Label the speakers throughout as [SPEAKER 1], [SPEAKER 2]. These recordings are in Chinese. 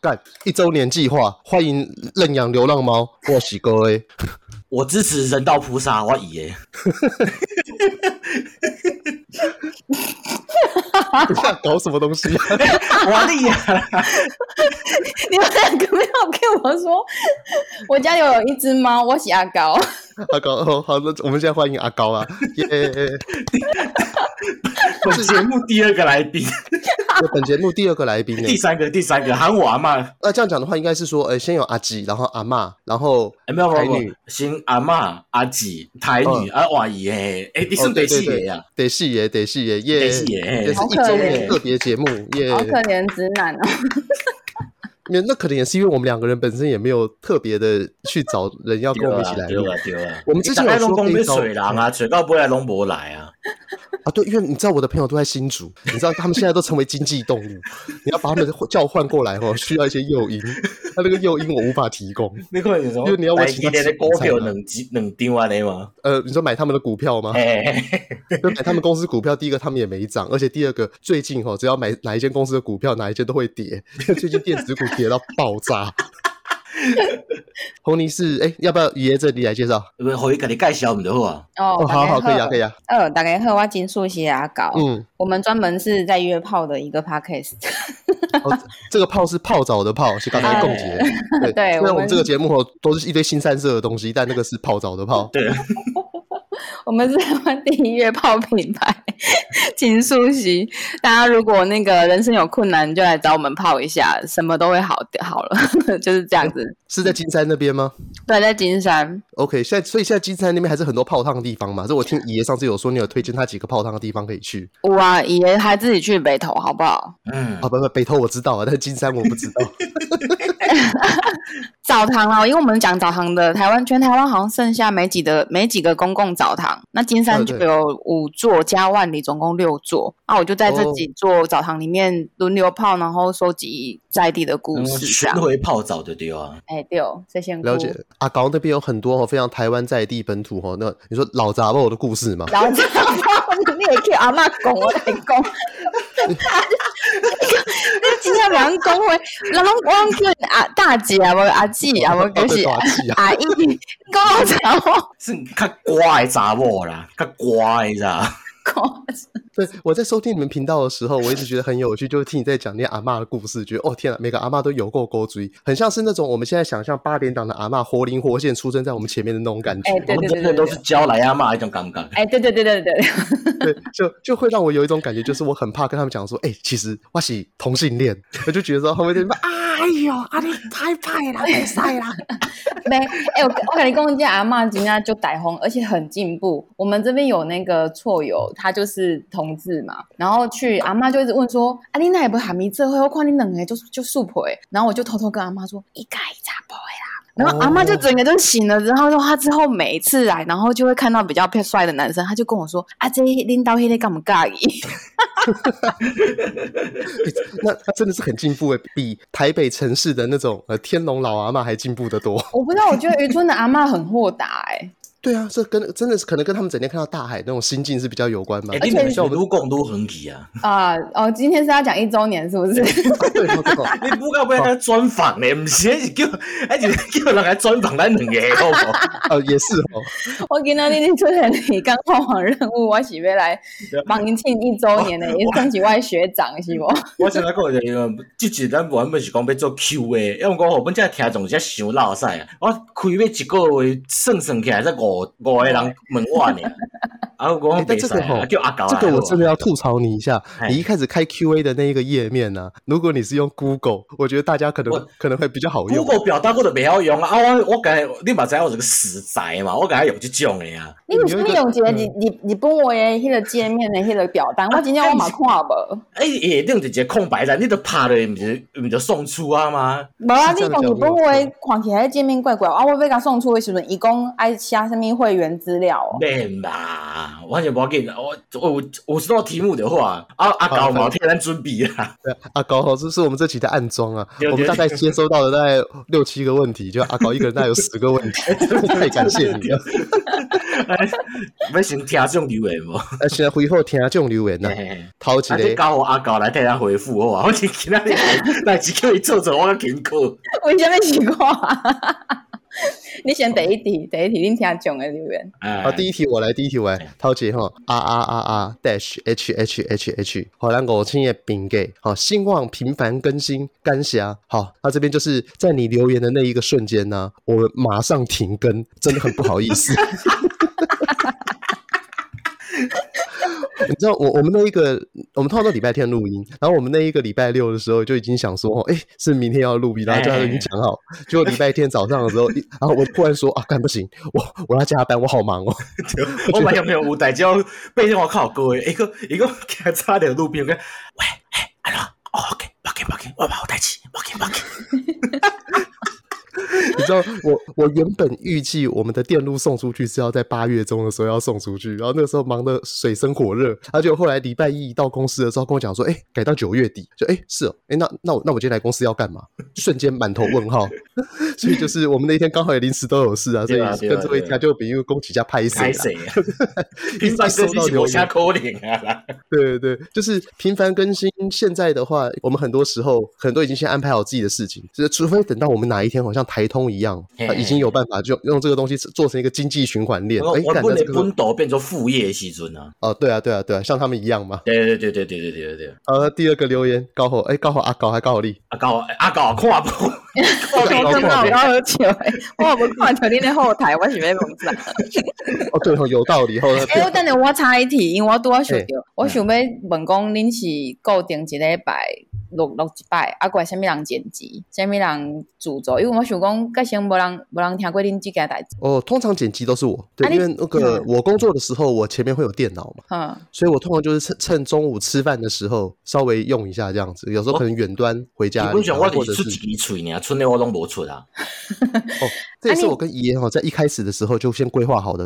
[SPEAKER 1] 干一周年计划，欢迎认养流浪猫或喜哥 A。
[SPEAKER 2] 我支持人道菩萨，我以耶。
[SPEAKER 1] 你在搞什么东西、啊？
[SPEAKER 2] 我厉害了，
[SPEAKER 3] 你们两个没有跟我说，我家有有一只猫，我喜阿高。
[SPEAKER 1] 阿高，哦，好，那我们现在欢迎阿高啊， 耶、
[SPEAKER 2] 本节目第二个来宾，
[SPEAKER 1] 那本节目第二个来宾呢
[SPEAKER 2] 第？三个，第三个喊我阿妈，哎、
[SPEAKER 1] 那这样讲的话，应该是说，呃，先有阿吉，然后阿嬷，然后
[SPEAKER 2] 哎没有没
[SPEAKER 1] 台
[SPEAKER 2] 有没
[SPEAKER 1] 女
[SPEAKER 2] 有，，先阿妈、阿姊、台女、啊阿姨耶，哎、你是得戏耶呀，
[SPEAKER 1] 得戏耶，得戏耶，耶，
[SPEAKER 2] 得戏耶
[SPEAKER 1] 这是
[SPEAKER 3] 好
[SPEAKER 1] 一
[SPEAKER 3] 可
[SPEAKER 1] 周
[SPEAKER 3] 怜欸
[SPEAKER 1] 年特别节目，耶
[SPEAKER 3] 好。可怜直男哦，
[SPEAKER 1] 没有那可能也是因为我们两个人本身也没有特别的去找人要跟
[SPEAKER 2] 丢
[SPEAKER 1] 我们一
[SPEAKER 2] 啊
[SPEAKER 1] 起来
[SPEAKER 2] 丢
[SPEAKER 1] 录
[SPEAKER 2] 啊丢啊！
[SPEAKER 1] 我们之前有
[SPEAKER 2] 在
[SPEAKER 1] 说
[SPEAKER 2] 龙宫
[SPEAKER 1] 可
[SPEAKER 2] 被
[SPEAKER 1] 以找
[SPEAKER 2] 水狼啊，水到不来龙博来啊，
[SPEAKER 1] 啊。对，因为你知道我的朋友都在新竹，你知道他们现在都成为经济动物，你要把他们叫唤过来哦，需要一些诱因，他那个诱因我无法提供。
[SPEAKER 2] 你可能说，
[SPEAKER 1] 因为你要我请他
[SPEAKER 2] 今天的
[SPEAKER 1] 吃
[SPEAKER 2] 股
[SPEAKER 1] 午餐
[SPEAKER 2] 票
[SPEAKER 1] 啊
[SPEAKER 2] 两几两丢啊，你嘛，
[SPEAKER 1] 呃，你说买他们的股票吗？
[SPEAKER 2] 哎、嘿嘿
[SPEAKER 1] 就买他们公司股票，第一个他们也没涨，而且第二个最近哈、哦，只要买哪一间公司的股票，哪一间都会跌，因为最近电子股跌到爆炸。红泥是哎，要不要爷这里来介绍？
[SPEAKER 2] 不是 互伊家己介绍毋就好啊。
[SPEAKER 3] 哦
[SPEAKER 1] 哦，，好好，可以啊，可以
[SPEAKER 3] 啊。
[SPEAKER 1] 啊，
[SPEAKER 3] 呃，大哦概喝我金素喜阿高，
[SPEAKER 1] 嗯，
[SPEAKER 3] 我们专门是在约炮的一个 podcast。
[SPEAKER 1] 哦，这个泡是泡澡的泡，是刚才共 结。对，
[SPEAKER 3] 呃对
[SPEAKER 1] 虽然
[SPEAKER 3] 我
[SPEAKER 1] 我们
[SPEAKER 3] 们
[SPEAKER 1] 这个节目哦都是一堆新三色的东西，但那个是泡澡的泡。
[SPEAKER 2] 对，
[SPEAKER 3] 我们是台湾第一月炮品牌金素喜，大家如果那个人生有困难，就来找我们泡一下，什么都会好的好了， 就是这样子。
[SPEAKER 1] 是在金山那边吗
[SPEAKER 3] 对，在金山，
[SPEAKER 1] ？OK，现在所以现在金山那边还是很多泡汤的地方嘛。这我听爷上次有说，你有推荐他几个泡汤的地方可以去
[SPEAKER 3] 我啊爷还自己去北投，好不好？
[SPEAKER 2] 嗯
[SPEAKER 1] 啊？，不不，北投我知道啊，但是金山我不 知道。
[SPEAKER 3] 澡堂啊，因为我们讲澡堂的，台湾全台湾好像剩下没几的没几个公共澡堂，那金山
[SPEAKER 1] 嗯
[SPEAKER 3] 就
[SPEAKER 1] 对
[SPEAKER 3] 有五座加万里，总共六座。啊，我就在这
[SPEAKER 1] 哦
[SPEAKER 3] 几座澡堂里面轮流泡，然后收集在地的故
[SPEAKER 2] 嗯
[SPEAKER 3] 事，啊这
[SPEAKER 2] 巡
[SPEAKER 3] 样。
[SPEAKER 2] 回泡澡就对啊。
[SPEAKER 3] 哎，对哦，这些
[SPEAKER 1] 哦了解。阿高那边有很多哦，非常台湾在地本土哦。那你说老杂货的故事嘛？
[SPEAKER 3] 然后这样，你也去阿妈讲，我来讲。你真正人讲话，人拢我叫阿大姐啊，无阿姊啊，无就是
[SPEAKER 1] 大 气啊！
[SPEAKER 3] 阿姨，讲我查我
[SPEAKER 2] 是较乖的查某啦，较乖的啦。
[SPEAKER 3] 讲。
[SPEAKER 1] 对，我在收听你们频道的时候，我一直觉得很有趣，就是听你在讲那些阿嬷的故事，觉得哦天啊，每个阿嬷都有够勾追，很像是那种我们现在想象八点档的阿嬷活灵活现出生在我们前面的那种感觉。
[SPEAKER 3] 哎对
[SPEAKER 2] 我们真的都是教来阿妈一种感觉。
[SPEAKER 3] 哎，对对对对对，
[SPEAKER 1] 对，就就会让我有一种感觉，就是我很怕跟他们讲说，哎、其实我是同性恋，我就觉得说他们就哎呦，啊你太派啦，太晒啦，
[SPEAKER 3] 没，哎、我跟我跟你讲，这阿嬷今天就逮红，而且很进步。我们这边有那个错友，他就是同志嘛，然后去阿嬷就一直问说：“啊，你那也不喊迷这会，我看你两个就就素婆。”然后我就偷偷跟阿妈说：“一改一查婆啦。”然后阿妈就整个就醒了，然后说她之后每一次来，然后就会看到比较漂帅的男生，他就跟我说：“啊，这拎到黑的干嘛干？”
[SPEAKER 1] 那那真的是很进步诶，比台北城市的那种呃天龙老阿嬷还进步得多。
[SPEAKER 3] 我不知道，我觉得渔村的阿嬷很豁达哎、
[SPEAKER 1] 对啊，这跟真的是可能跟他们整天看到大海那种心境是比较有关吧。
[SPEAKER 2] 哎，
[SPEAKER 1] 而
[SPEAKER 2] 你
[SPEAKER 1] 且
[SPEAKER 2] 们
[SPEAKER 1] 你
[SPEAKER 2] 是
[SPEAKER 1] 像我
[SPEAKER 2] 愈
[SPEAKER 1] 们
[SPEAKER 2] 讲愈横去 啊！
[SPEAKER 3] 啊、哦，今天是要讲一周年是不是？
[SPEAKER 1] 对哦对哦
[SPEAKER 2] 你不到要来专访咧，毋是，是叫，还是叫人来专访咱两个，好无？
[SPEAKER 1] 呃也是哦，
[SPEAKER 3] 我今天你出现你刚换完任务，我是要来
[SPEAKER 1] 啊
[SPEAKER 3] 帮您庆一周 年的，也算是我的学长是不？
[SPEAKER 2] 我想来讲就是讲，即集咱原本是讲要做 Q 的，因为讲后本只听众是想闹屎啊！我开要一个月算算起来才五五个人问 我尔，啊，我
[SPEAKER 1] 哎
[SPEAKER 2] 讲
[SPEAKER 1] 但
[SPEAKER 2] 袂
[SPEAKER 1] 这
[SPEAKER 2] 使
[SPEAKER 1] 个吼
[SPEAKER 2] 啊，叫阿狗
[SPEAKER 1] 这
[SPEAKER 2] 来
[SPEAKER 1] 个
[SPEAKER 2] 好
[SPEAKER 1] 我
[SPEAKER 2] 不好
[SPEAKER 1] 真的要吐槽你一下。
[SPEAKER 2] 哎
[SPEAKER 1] 你一开始开 Q&A 的那一个页面呢、如果你是用 Google，我觉得大家可能
[SPEAKER 2] 我
[SPEAKER 1] 可能会比较好用。
[SPEAKER 2] Google 表达我都袂晓用啊！啊，我我该你嘛知影我是个死宅嘛，我该用即种的啊。
[SPEAKER 3] 你有什么
[SPEAKER 1] 你有
[SPEAKER 3] 用
[SPEAKER 1] 一
[SPEAKER 3] 一
[SPEAKER 1] 个嗯
[SPEAKER 3] 个日日日本话的迄个界面的迄个表
[SPEAKER 1] 啊
[SPEAKER 3] 单？我今天我嘛看无，
[SPEAKER 2] 哎、欸，下顶一个空白栏，你都拍落，毋是毋就送出啊吗？
[SPEAKER 3] 无
[SPEAKER 1] 是
[SPEAKER 3] 啊！
[SPEAKER 1] 这
[SPEAKER 3] 你
[SPEAKER 1] 样
[SPEAKER 3] 讲
[SPEAKER 1] 讲
[SPEAKER 3] 日本话
[SPEAKER 1] 没有
[SPEAKER 3] 看起来界面怪怪啊！我要甲送出的时阵，伊讲爱写什么会员资料哦。
[SPEAKER 2] 免啦，完全无要紧，我我我知道题目的话，啊啊
[SPEAKER 1] 好
[SPEAKER 2] 搞嘛，替咱准备啊。
[SPEAKER 1] 阿高哦，这是我们这期的暗装啊
[SPEAKER 2] 对，对
[SPEAKER 1] 我们大概接收到了大 概六七个问题，就阿高一个人大概有十个问题，太感谢你了。
[SPEAKER 2] 要先听这种留言无？
[SPEAKER 1] 啊，现在回后听这种留言呐
[SPEAKER 2] 嘿，嘿嘿
[SPEAKER 1] 头一
[SPEAKER 2] 啊，你
[SPEAKER 1] 个
[SPEAKER 2] 教我阿狗来替咱回复好啊！我是今仔日代志叫伊做做，我较辛苦。
[SPEAKER 3] 我前面奇怪。你先第一题， 第一题恁听囧的留言，
[SPEAKER 1] 好，
[SPEAKER 2] 啊
[SPEAKER 1] 第一题我来，第一题我来，头一个吼啊啊啊啊 dash h h h h，好，咱五千的评价，好，兴旺频繁更新，感谢。好，那这边就是在你留言的那一个瞬间呢、我们马上停更，真的很不好意思。 你知道我我们那一个，我们通常都礼拜天录音，然后我们那一个礼拜六的时候就已经想说，哦，哎、是明天要录音，然后就已经讲好，结果礼拜天早上的时候，一然后我突然说啊，干不行，我我要加班，我好忙哦。
[SPEAKER 2] 我蛮有朋友有代志要背电话靠哥诶，伊个伊个行差点路边，我讲喂，嘿，安怎？OK，别哦紧别紧，我嘛有代志，别紧别紧。
[SPEAKER 1] 你知道我我原本预计我们的电路送出去是要在八月中的时候要送出去，然后那个时候忙得水深火热，而且后来礼拜一到公司的时候跟我讲说，哎、改到九月底，就哎、是哦，哎、那那我那我今天来公司要干嘛？瞬间满头问号， 所以就是我们那天刚好也临时都有事啊，所以
[SPEAKER 2] 对啊对啊
[SPEAKER 1] 跟这位家就比因为恭喜加拍谁
[SPEAKER 2] 拍
[SPEAKER 1] 啊，
[SPEAKER 2] 谁 啊？平凡更新是无啥可能 啊啦。
[SPEAKER 1] 对对对，就是频繁更新。现在的话，我们很多时候可能都已经先安排好自己的事情，就是除非等到我们哪一天好像台通一样，
[SPEAKER 2] 嘿
[SPEAKER 1] 啊已经有办法就用这个东西做成一个经济循环链。
[SPEAKER 2] 我
[SPEAKER 1] 哎，
[SPEAKER 2] 我
[SPEAKER 1] 干
[SPEAKER 2] 本
[SPEAKER 1] 那
[SPEAKER 2] 来
[SPEAKER 1] 这个
[SPEAKER 2] 本岛变成副业的时阵啊。
[SPEAKER 1] 哦，对啊对啊对啊，像他们一样嘛。
[SPEAKER 2] 对对对对对对对对对。啊
[SPEAKER 1] 呃，第二个留言高好，哎高好阿高还高好力，
[SPEAKER 2] 阿狗阿狗看无？
[SPEAKER 3] 我
[SPEAKER 1] 对
[SPEAKER 3] 刚
[SPEAKER 1] 我看
[SPEAKER 3] 刚有要求， 我无看到恁的后台，我是要问啥？
[SPEAKER 1] 哦对哦有道理。后来
[SPEAKER 3] 哎、我等下我插一题，因为我拄好想着，我
[SPEAKER 1] 嗯
[SPEAKER 3] 想要问讲恁是固定一礼拜录录一摆，啊，怪虾米人剪辑，虾米人制作，因为我想讲，个先无人无人听过恁即件代志，
[SPEAKER 1] 哦，通常剪辑都是我，对，
[SPEAKER 3] 啊
[SPEAKER 1] 因
[SPEAKER 3] 你
[SPEAKER 1] 为那个我工作的时候，我前面会有电脑嘛，
[SPEAKER 3] 哼，
[SPEAKER 1] 所以我通常就是趁趁中午吃饭的时候稍微用一下这样子，有时候可能远端回
[SPEAKER 2] 基
[SPEAKER 1] 家里，
[SPEAKER 2] 本上
[SPEAKER 1] 然后
[SPEAKER 2] 我
[SPEAKER 1] 或者
[SPEAKER 2] 哦就是出
[SPEAKER 1] 是
[SPEAKER 2] 一支喙尔，剩的我拢无出啊。
[SPEAKER 1] 哦，这也
[SPEAKER 3] 啊
[SPEAKER 1] 是我
[SPEAKER 3] 你
[SPEAKER 1] 跟怡言哈哦在一开始的时候就先规划好的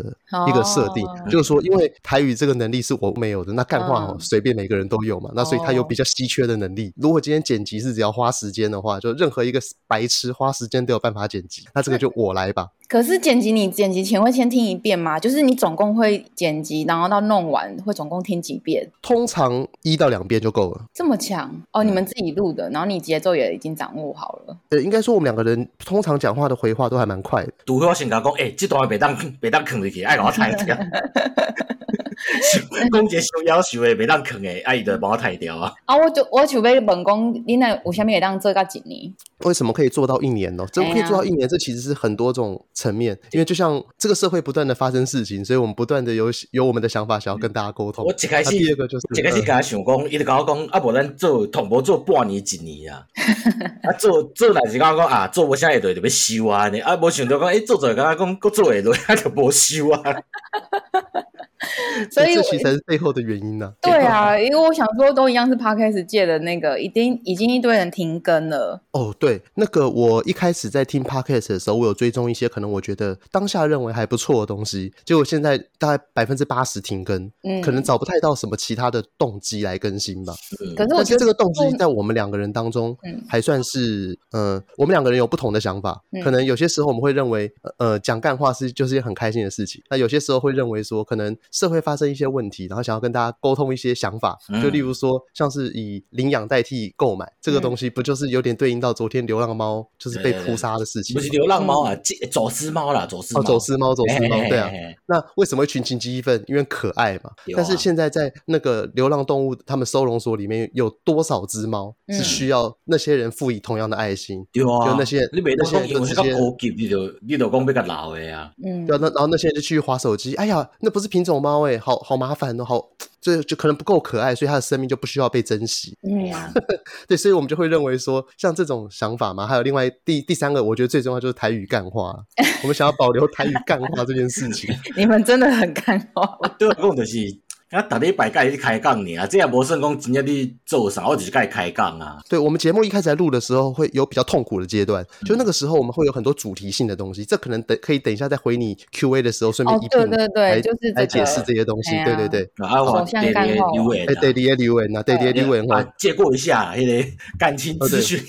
[SPEAKER 1] 一个设定，
[SPEAKER 3] 哦
[SPEAKER 1] 就是说，因为台语这个能力是我没有的，那干话哦
[SPEAKER 3] 嗯哦
[SPEAKER 1] 随便每个人都有嘛，那所以他有比较稀缺的能力。如果今天剪辑是只要花时间的话，就任何一个白痴花时间都有办法剪辑，那这个就我来吧。
[SPEAKER 3] 可是剪辑你剪辑前会先听一遍吗？就是你总共会剪辑，然后到弄完会总共听几遍？
[SPEAKER 1] 通常一到两遍就够了。
[SPEAKER 3] 这么强哦！你
[SPEAKER 1] 嗯
[SPEAKER 3] 们自己录的，然后你节奏也已经掌握好了。
[SPEAKER 1] 呃，应该说我们两个人通常讲话的回话都还蛮快的。
[SPEAKER 2] 除非我先甲讲，诶、欸，这段袂当袂当藏入去，爱甲我抬 掉。讲一个小夭寿的袂当藏的，啊伊就帮我抬掉啊。
[SPEAKER 3] 啊，我就我想要问讲，你那有虾米会当做到一年？
[SPEAKER 1] 为什么可以做到一年哦呢？这
[SPEAKER 3] 哎呀
[SPEAKER 1] 可以做到一年，这其实是很多种层面，因为就像这个社会不断的发生事情，所以我们不断的有有我们的想法想要跟大家沟通
[SPEAKER 2] 我。一开
[SPEAKER 1] 那
[SPEAKER 2] 始
[SPEAKER 1] 啊第二个就是呃
[SPEAKER 2] 一开始甲想讲，伊就甲我讲，啊无咱做同步做半年一年啊。啊做做若是甲我讲啊，做无啥会落就要收啊呢。啊无想到讲，诶、做做甲我讲，搁做会落，啊就无收啊。
[SPEAKER 3] 所以
[SPEAKER 1] 这
[SPEAKER 3] 我
[SPEAKER 1] 其实才是背后的原因呢、
[SPEAKER 3] 对啊，因为我想说，都一样是 podcast 界的那个，已经已经一堆人停更了。
[SPEAKER 1] 哦，对，那个我一开始在听 podcast 的时候，我有追踪一些可能我觉得当下认为还不错的东西，结果现在大概百分之八十停更，
[SPEAKER 3] 嗯，
[SPEAKER 1] 可能找不太到什么其他的动机来更新吧。
[SPEAKER 2] 嗯
[SPEAKER 3] 可是我
[SPEAKER 1] 但是
[SPEAKER 3] 觉
[SPEAKER 1] 这
[SPEAKER 3] 得
[SPEAKER 1] 个动机
[SPEAKER 3] 做
[SPEAKER 1] 在我们两个人当中
[SPEAKER 3] 嗯，
[SPEAKER 1] 还算是，呃，我们两个人有不同的想法。
[SPEAKER 3] 嗯
[SPEAKER 1] 可能有些时候我们会认为，呃，讲干话是就是一件很开心的事情。那有些时候会认为说，可能社会发生一些问题，然后想要跟大家沟通一些想法。
[SPEAKER 2] 嗯
[SPEAKER 1] 就例如说，像是以领养代替购买这个
[SPEAKER 3] 嗯
[SPEAKER 1] 东西，不就是有点对应到昨天流浪猫就是被扑杀的事情
[SPEAKER 2] 不
[SPEAKER 1] 吗？
[SPEAKER 2] 是流浪猫啊，这走私猫啦，走私猫。哎
[SPEAKER 1] 哦，走私猫，走私猫，对啊
[SPEAKER 2] 嘿。嘿嘿嘿
[SPEAKER 1] 那为什么会群情激愤？因为可爱嘛。
[SPEAKER 2] 有啊
[SPEAKER 1] 但是现在在那个流浪动物他们收容所里面，有多少只猫
[SPEAKER 3] 嗯
[SPEAKER 1] 是需要那些人赋予同样的爱心？
[SPEAKER 2] 对啊，
[SPEAKER 1] 就那些
[SPEAKER 2] 你袂当
[SPEAKER 1] 那
[SPEAKER 2] 讲
[SPEAKER 1] 些
[SPEAKER 2] 因为是较高级，你就你就讲比较老的啊。
[SPEAKER 3] 嗯
[SPEAKER 1] 对啊，那然后那些人就去划手机，哎呀，那不是品种猫哎、好好麻烦哦，好，就就可能不够可爱，所以它的生命就不需要被珍惜。
[SPEAKER 3] 嗯，
[SPEAKER 1] 对，所以我们就会认为说，像这种想法嘛，还有另外第第三个，我觉得最重要就是台语干话，我们想要保留台语干话这件事情。
[SPEAKER 3] 你们真的很看哦话。
[SPEAKER 2] 对我讲就是，啊，逐礼拜甲伊开讲尔，这也无算讲真正你做啥，我就是甲伊开讲啊。
[SPEAKER 1] 对我们节目一开始在录的时候，会有比较痛苦的阶段，就那个时候我们会有很多主题性的东西，这可能等可以等一下再回你 Q A 的时候顺便
[SPEAKER 3] 哦
[SPEAKER 1] 一，并
[SPEAKER 3] 对对
[SPEAKER 1] 来
[SPEAKER 3] 对，就是
[SPEAKER 1] 来
[SPEAKER 3] 这
[SPEAKER 1] 解释
[SPEAKER 3] 个。
[SPEAKER 1] 这些东西
[SPEAKER 3] 哎。呀
[SPEAKER 1] 对对对，
[SPEAKER 2] 啊，我
[SPEAKER 3] 走向干货
[SPEAKER 2] 留言
[SPEAKER 1] 哎，对
[SPEAKER 2] 啊，
[SPEAKER 1] 的，留言啊，对的，留言
[SPEAKER 2] 啊
[SPEAKER 1] 啊，，
[SPEAKER 2] 借过一下迄个感情资讯，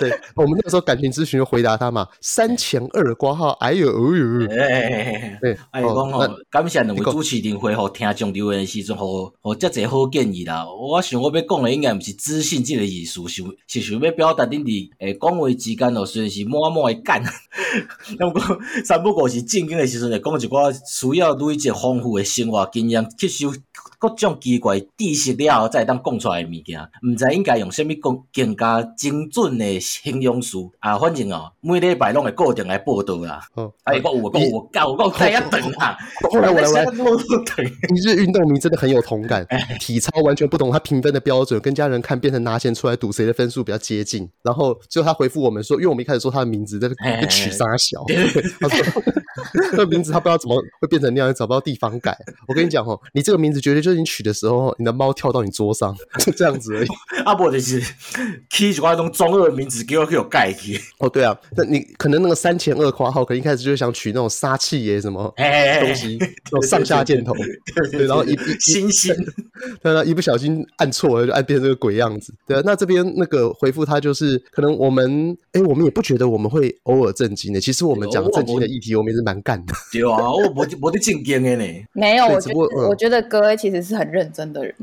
[SPEAKER 1] 对，我们那个时候感情咨询就回答他嘛，三前二挂号，哎呦，哎呦，
[SPEAKER 2] 哎，
[SPEAKER 1] 对，
[SPEAKER 2] 哎，讲
[SPEAKER 1] 那
[SPEAKER 2] 哦，感谢两
[SPEAKER 1] 你
[SPEAKER 2] 位
[SPEAKER 1] 讲
[SPEAKER 2] 主持人回互听众留言的时阵，互互遮侪好建议啦。我想我要讲的应该毋是自信即个意思，想是想要表达恁伫诶讲话之间哦，虽然是满满的干， 那么讲三不五时正经的时阵，会讲一寡需要累积丰富的生活经验，吸收各种奇怪的知识了后，才会当讲出来的物件。毋知应该用啥物讲更加精准的形容词啊，反正哦，每礼拜拢会固定来报道啦。
[SPEAKER 1] 哦，
[SPEAKER 2] 哎，我有我有我够我够太一等啊！
[SPEAKER 1] 后来我来我来，
[SPEAKER 2] 我等。
[SPEAKER 1] 一日运动迷真的很有同感，体操完全不同，他评分的标准跟家人看变成拿钱出来赌谁的分数比较接近。然后最后他回复我们说，因为我们一开始说他的名字，在
[SPEAKER 2] 哎
[SPEAKER 1] 在取傻小，对他说这名字他不知道怎么会变成那样，也找不到地方改。我跟你讲哦，你这个名字绝对就是你取的时候，你的猫跳到你桌上，就这样子而已。
[SPEAKER 2] 啊，无就是起一寡种中二的名字，叫我去有改去。
[SPEAKER 1] 哦，对啊，那你可能那个三前二括号，可能一开始就是想取那种杀气爷什么。
[SPEAKER 2] 哎，
[SPEAKER 1] 东西，那种上下箭头，对，然后一一
[SPEAKER 2] 星星，
[SPEAKER 1] 对啊，一不小心按错了，就按变成这个鬼样子。对啊，那这边那个回复他就是，可能我们，哎、我们也不觉得我们会偶尔震惊的。其实我们讲震惊的议题，我们也是蛮干 的。
[SPEAKER 2] 对啊，我无无得正经的呢。
[SPEAKER 3] 没有，
[SPEAKER 1] 对
[SPEAKER 3] 我
[SPEAKER 1] 只
[SPEAKER 3] 觉得
[SPEAKER 1] 不过嗯
[SPEAKER 3] 我觉得哥其实是很认真的人，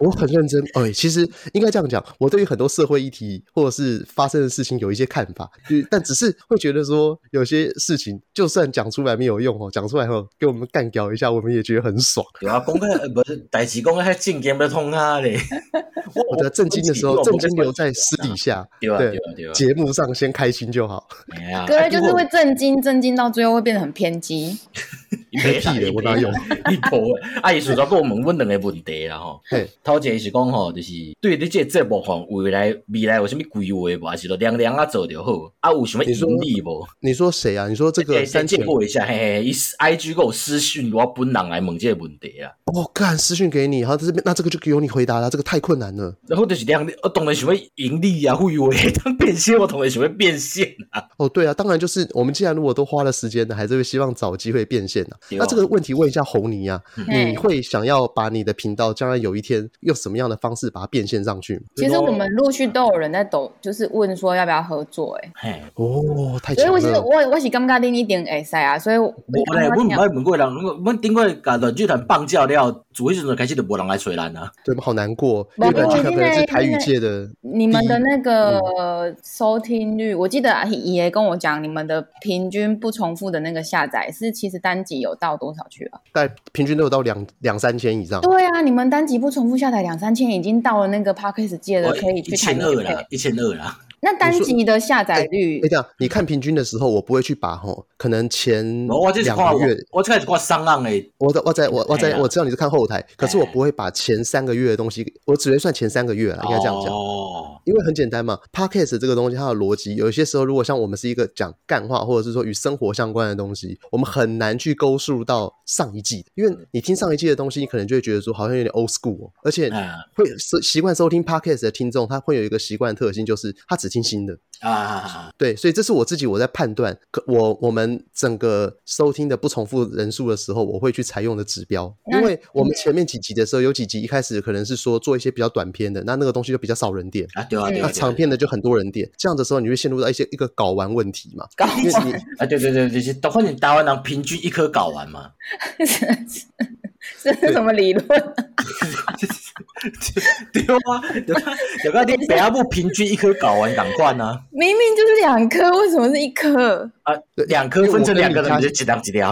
[SPEAKER 1] 我很认真，哎、其实应该这样讲，我对于很多社会议题或者是发生的事情有一些看法， 就是但只是会觉得说，有些事情就算讲出来没有用哦，讲出来后给我们干掉一下，我们也觉得很爽。
[SPEAKER 2] 对啊，讲个无代志，讲个遐正经要通啊咧。
[SPEAKER 1] 我觉得震惊的时候，
[SPEAKER 2] 我
[SPEAKER 1] 震惊留在私底下，
[SPEAKER 2] 对啊，对
[SPEAKER 1] 对
[SPEAKER 2] 啊，对啊。
[SPEAKER 1] 节目上先开心就好。
[SPEAKER 2] 哎
[SPEAKER 1] 啊
[SPEAKER 2] 呀
[SPEAKER 3] 哥就是会震惊，震惊到最后会变得很偏激。
[SPEAKER 1] 没屁的我哪有？
[SPEAKER 2] 一头啊，伊顺续跟我问阮两个问题啦吼。
[SPEAKER 1] 嘿，
[SPEAKER 2] 头一个是讲吼，就是对你这个节目吼，未来未来有啥物规划无？还是就凉凉啊做就好？啊，有啥物
[SPEAKER 1] 你说
[SPEAKER 2] 盈利无？
[SPEAKER 1] 你说谁啊？你说这个
[SPEAKER 2] 欸
[SPEAKER 1] 三
[SPEAKER 2] 先
[SPEAKER 1] 千
[SPEAKER 2] 进步一下，嘿嘿，伊 I G 给我私讯，我本人来问这个问题啊。
[SPEAKER 1] 我哦干、私讯给你，好，这边那这个就由你回答了，这个太困难了。
[SPEAKER 2] 然后就是两，我当然想要盈利啊，会我当变现，我啊 当然想要变现啊。
[SPEAKER 1] 哦，对啊，当然就是我们既然如果都花了时间了，还是会希望找机会变现的、啊
[SPEAKER 2] 对哦
[SPEAKER 1] 那这个问题问一下红泥啊，
[SPEAKER 3] 嗯
[SPEAKER 1] 你会想要把你的频道将来有一天用什么样的方式把它变现上去吗？
[SPEAKER 3] 其实我们陆续都有人在抖，就是问说要不要合作、欸，
[SPEAKER 2] 嘿，
[SPEAKER 1] 哦，太
[SPEAKER 3] 所以
[SPEAKER 1] 强
[SPEAKER 3] 我其实
[SPEAKER 1] 了。
[SPEAKER 3] 我我是感觉恁一定会使啊，所以我
[SPEAKER 2] 我咧，我毋爱问过人，我我顶过甲阮剧团放假了，自迄时阵开始就无人来找咱啊。
[SPEAKER 1] 对，好难过。哦
[SPEAKER 3] 没
[SPEAKER 1] 日本
[SPEAKER 3] 没
[SPEAKER 1] 剧团本
[SPEAKER 3] 因
[SPEAKER 1] 来是
[SPEAKER 3] 为
[SPEAKER 1] 台
[SPEAKER 3] 因
[SPEAKER 1] 语
[SPEAKER 3] 为
[SPEAKER 1] 界的，
[SPEAKER 3] 你们的那个收听率，我记得啊也跟我讲，你们的平均不重复的那个下载是，其实单集有到多少去啊了？
[SPEAKER 1] 但平均都有到两两三千以上。
[SPEAKER 3] 对啊，你们单集不重复下载两三千，已经到了那个 podcast 界的可以
[SPEAKER 2] 一
[SPEAKER 3] 去
[SPEAKER 2] 千
[SPEAKER 3] 谈业
[SPEAKER 2] 二
[SPEAKER 3] 配
[SPEAKER 2] 啦。，一千二啦。
[SPEAKER 3] 那单集的下载率
[SPEAKER 1] 哎，这样你看平均的时候，我不会去把吼，可能前
[SPEAKER 2] 哦我我这是啊
[SPEAKER 1] 两
[SPEAKER 2] 看我
[SPEAKER 1] 个月，，
[SPEAKER 2] 我这开始看上岸诶。
[SPEAKER 1] 我在我在我我
[SPEAKER 2] 哎
[SPEAKER 1] 在
[SPEAKER 2] 呀
[SPEAKER 1] 我知道你是看后台，可是我
[SPEAKER 2] 哎
[SPEAKER 1] 不会把前三个月的东西，我只会算前三个月啊，应该这样讲。
[SPEAKER 2] 哦，
[SPEAKER 1] 因为很简单嘛，podcast 这个东西它的逻辑，有一些时候如果像我们是一个讲干话，或者是说与生活相关的东西，我们很难去勾述到上一季，因为你听上一季的东西，你可能就会觉得说好像有点 old school，、哦、而且
[SPEAKER 2] 啊
[SPEAKER 1] 会是习惯收听 podcast 的听众，他会有一个习惯特性，就是他只听新的。
[SPEAKER 2] 啊，
[SPEAKER 1] 对，所以这是我自己我在判断可我我们整个收听的不重复人数的时候，我会去采用的指标，因
[SPEAKER 3] 那
[SPEAKER 1] 为我们前面几集的时候，有几集一开始可能是说做一些比较短篇的，那那个东西就比较少人点。
[SPEAKER 2] 啊对啊对
[SPEAKER 1] 那
[SPEAKER 2] 啊，
[SPEAKER 1] 长篇的就很多人点，这样的时候你会陷入到一些一个睾丸问题嘛？
[SPEAKER 3] 搞
[SPEAKER 1] 因为你
[SPEAKER 2] 啊对对对，就是反正台湾人平均一颗搞完嘛。
[SPEAKER 3] 这 是什么理论？
[SPEAKER 2] 对啊，就 甲就甲你爸阿母平均一颗睾丸同款啊，
[SPEAKER 3] 明明就是两颗，为什么是一颗？
[SPEAKER 2] 啊，两颗分成两个人，你就一人一条，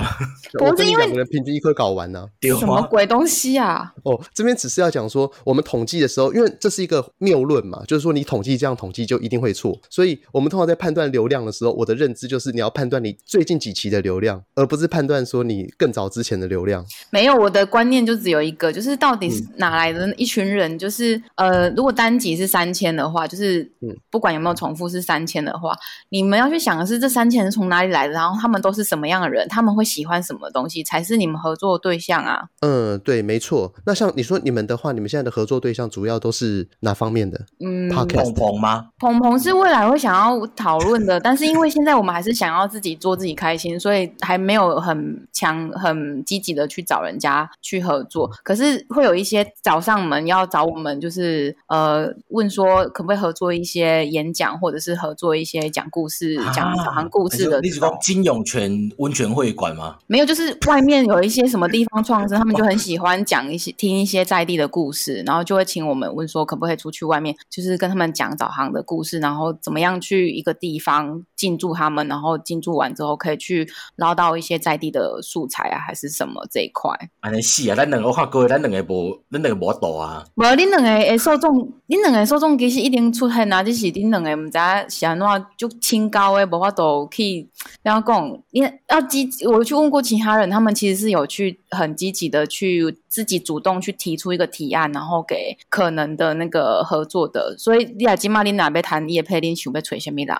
[SPEAKER 1] 我
[SPEAKER 3] 不是
[SPEAKER 1] 跟你
[SPEAKER 3] 因为
[SPEAKER 1] 两个人平均一颗睾丸呢、
[SPEAKER 2] 对
[SPEAKER 3] 什么
[SPEAKER 2] 啊，
[SPEAKER 3] 鬼东西啊？
[SPEAKER 1] 哦，这边只是要讲说，我们统计的时候，因为这是一个谬论嘛，就是说你统计这样统计就一定会错，所以我们通常在判断流量的时候，我的认知就是你要判断你最近几期的流量，而不是判断说你更早之前的流量。
[SPEAKER 3] 没有，我的观念就只有一个，就是到底
[SPEAKER 1] 嗯
[SPEAKER 3] 是哪来的一群人？就是呃，如果单集是三千的话，就是
[SPEAKER 1] 嗯
[SPEAKER 3] 不管有没有重复是三千的话，你们要去想的是这三千人从哪里来的，然后他们都是什么样的人，他们会喜欢什么东西，才是你们合作的对象啊。
[SPEAKER 1] 嗯，对，没错。那像你说你们的话，你们现在的合作对象主要都是哪方面的
[SPEAKER 3] 嗯，
[SPEAKER 1] ？Podcast
[SPEAKER 2] 碰碰吗？
[SPEAKER 3] 鹏鹏是未来会想要讨论的，但是因为现在我们还是想要自己做自己开心，所以还没有很强、很积极的去找人家去合作。可是会有一些找上门们要找我们，就是呃问说可不可以合作一些演讲，或者是合作一些讲故事、嗯
[SPEAKER 2] 啊
[SPEAKER 3] 讲小航故事的
[SPEAKER 2] 你
[SPEAKER 3] 这
[SPEAKER 2] 是
[SPEAKER 3] 种
[SPEAKER 2] 讲金涌泉温泉会馆吗？
[SPEAKER 3] 没有，就是外面有一些什么地方创生，他们就很喜欢讲一些听一些在地的故事，然后就会请我们问说可不可以出去外面，就是跟他们讲导航的故事，然后怎么样去一个地方进驻他们，然后进驻完之后可以去捞到一些在地的素材啊，还是什么这一块。
[SPEAKER 2] 安尼是啊，咱两个看过，咱两个无，咱两个无度啊。
[SPEAKER 3] 无，恁两个诶受众，恁两个的受众其实一定出现啊，只是恁两个毋知道是安怎就清高诶，无法度去，然后讲，因要积，我去问过其他人，他们其实是有去很积极的去呃自己主动去提出一个提案，然后给可能的那个合作的，所以你也即码恁若要谈业配，恁想要找什么人？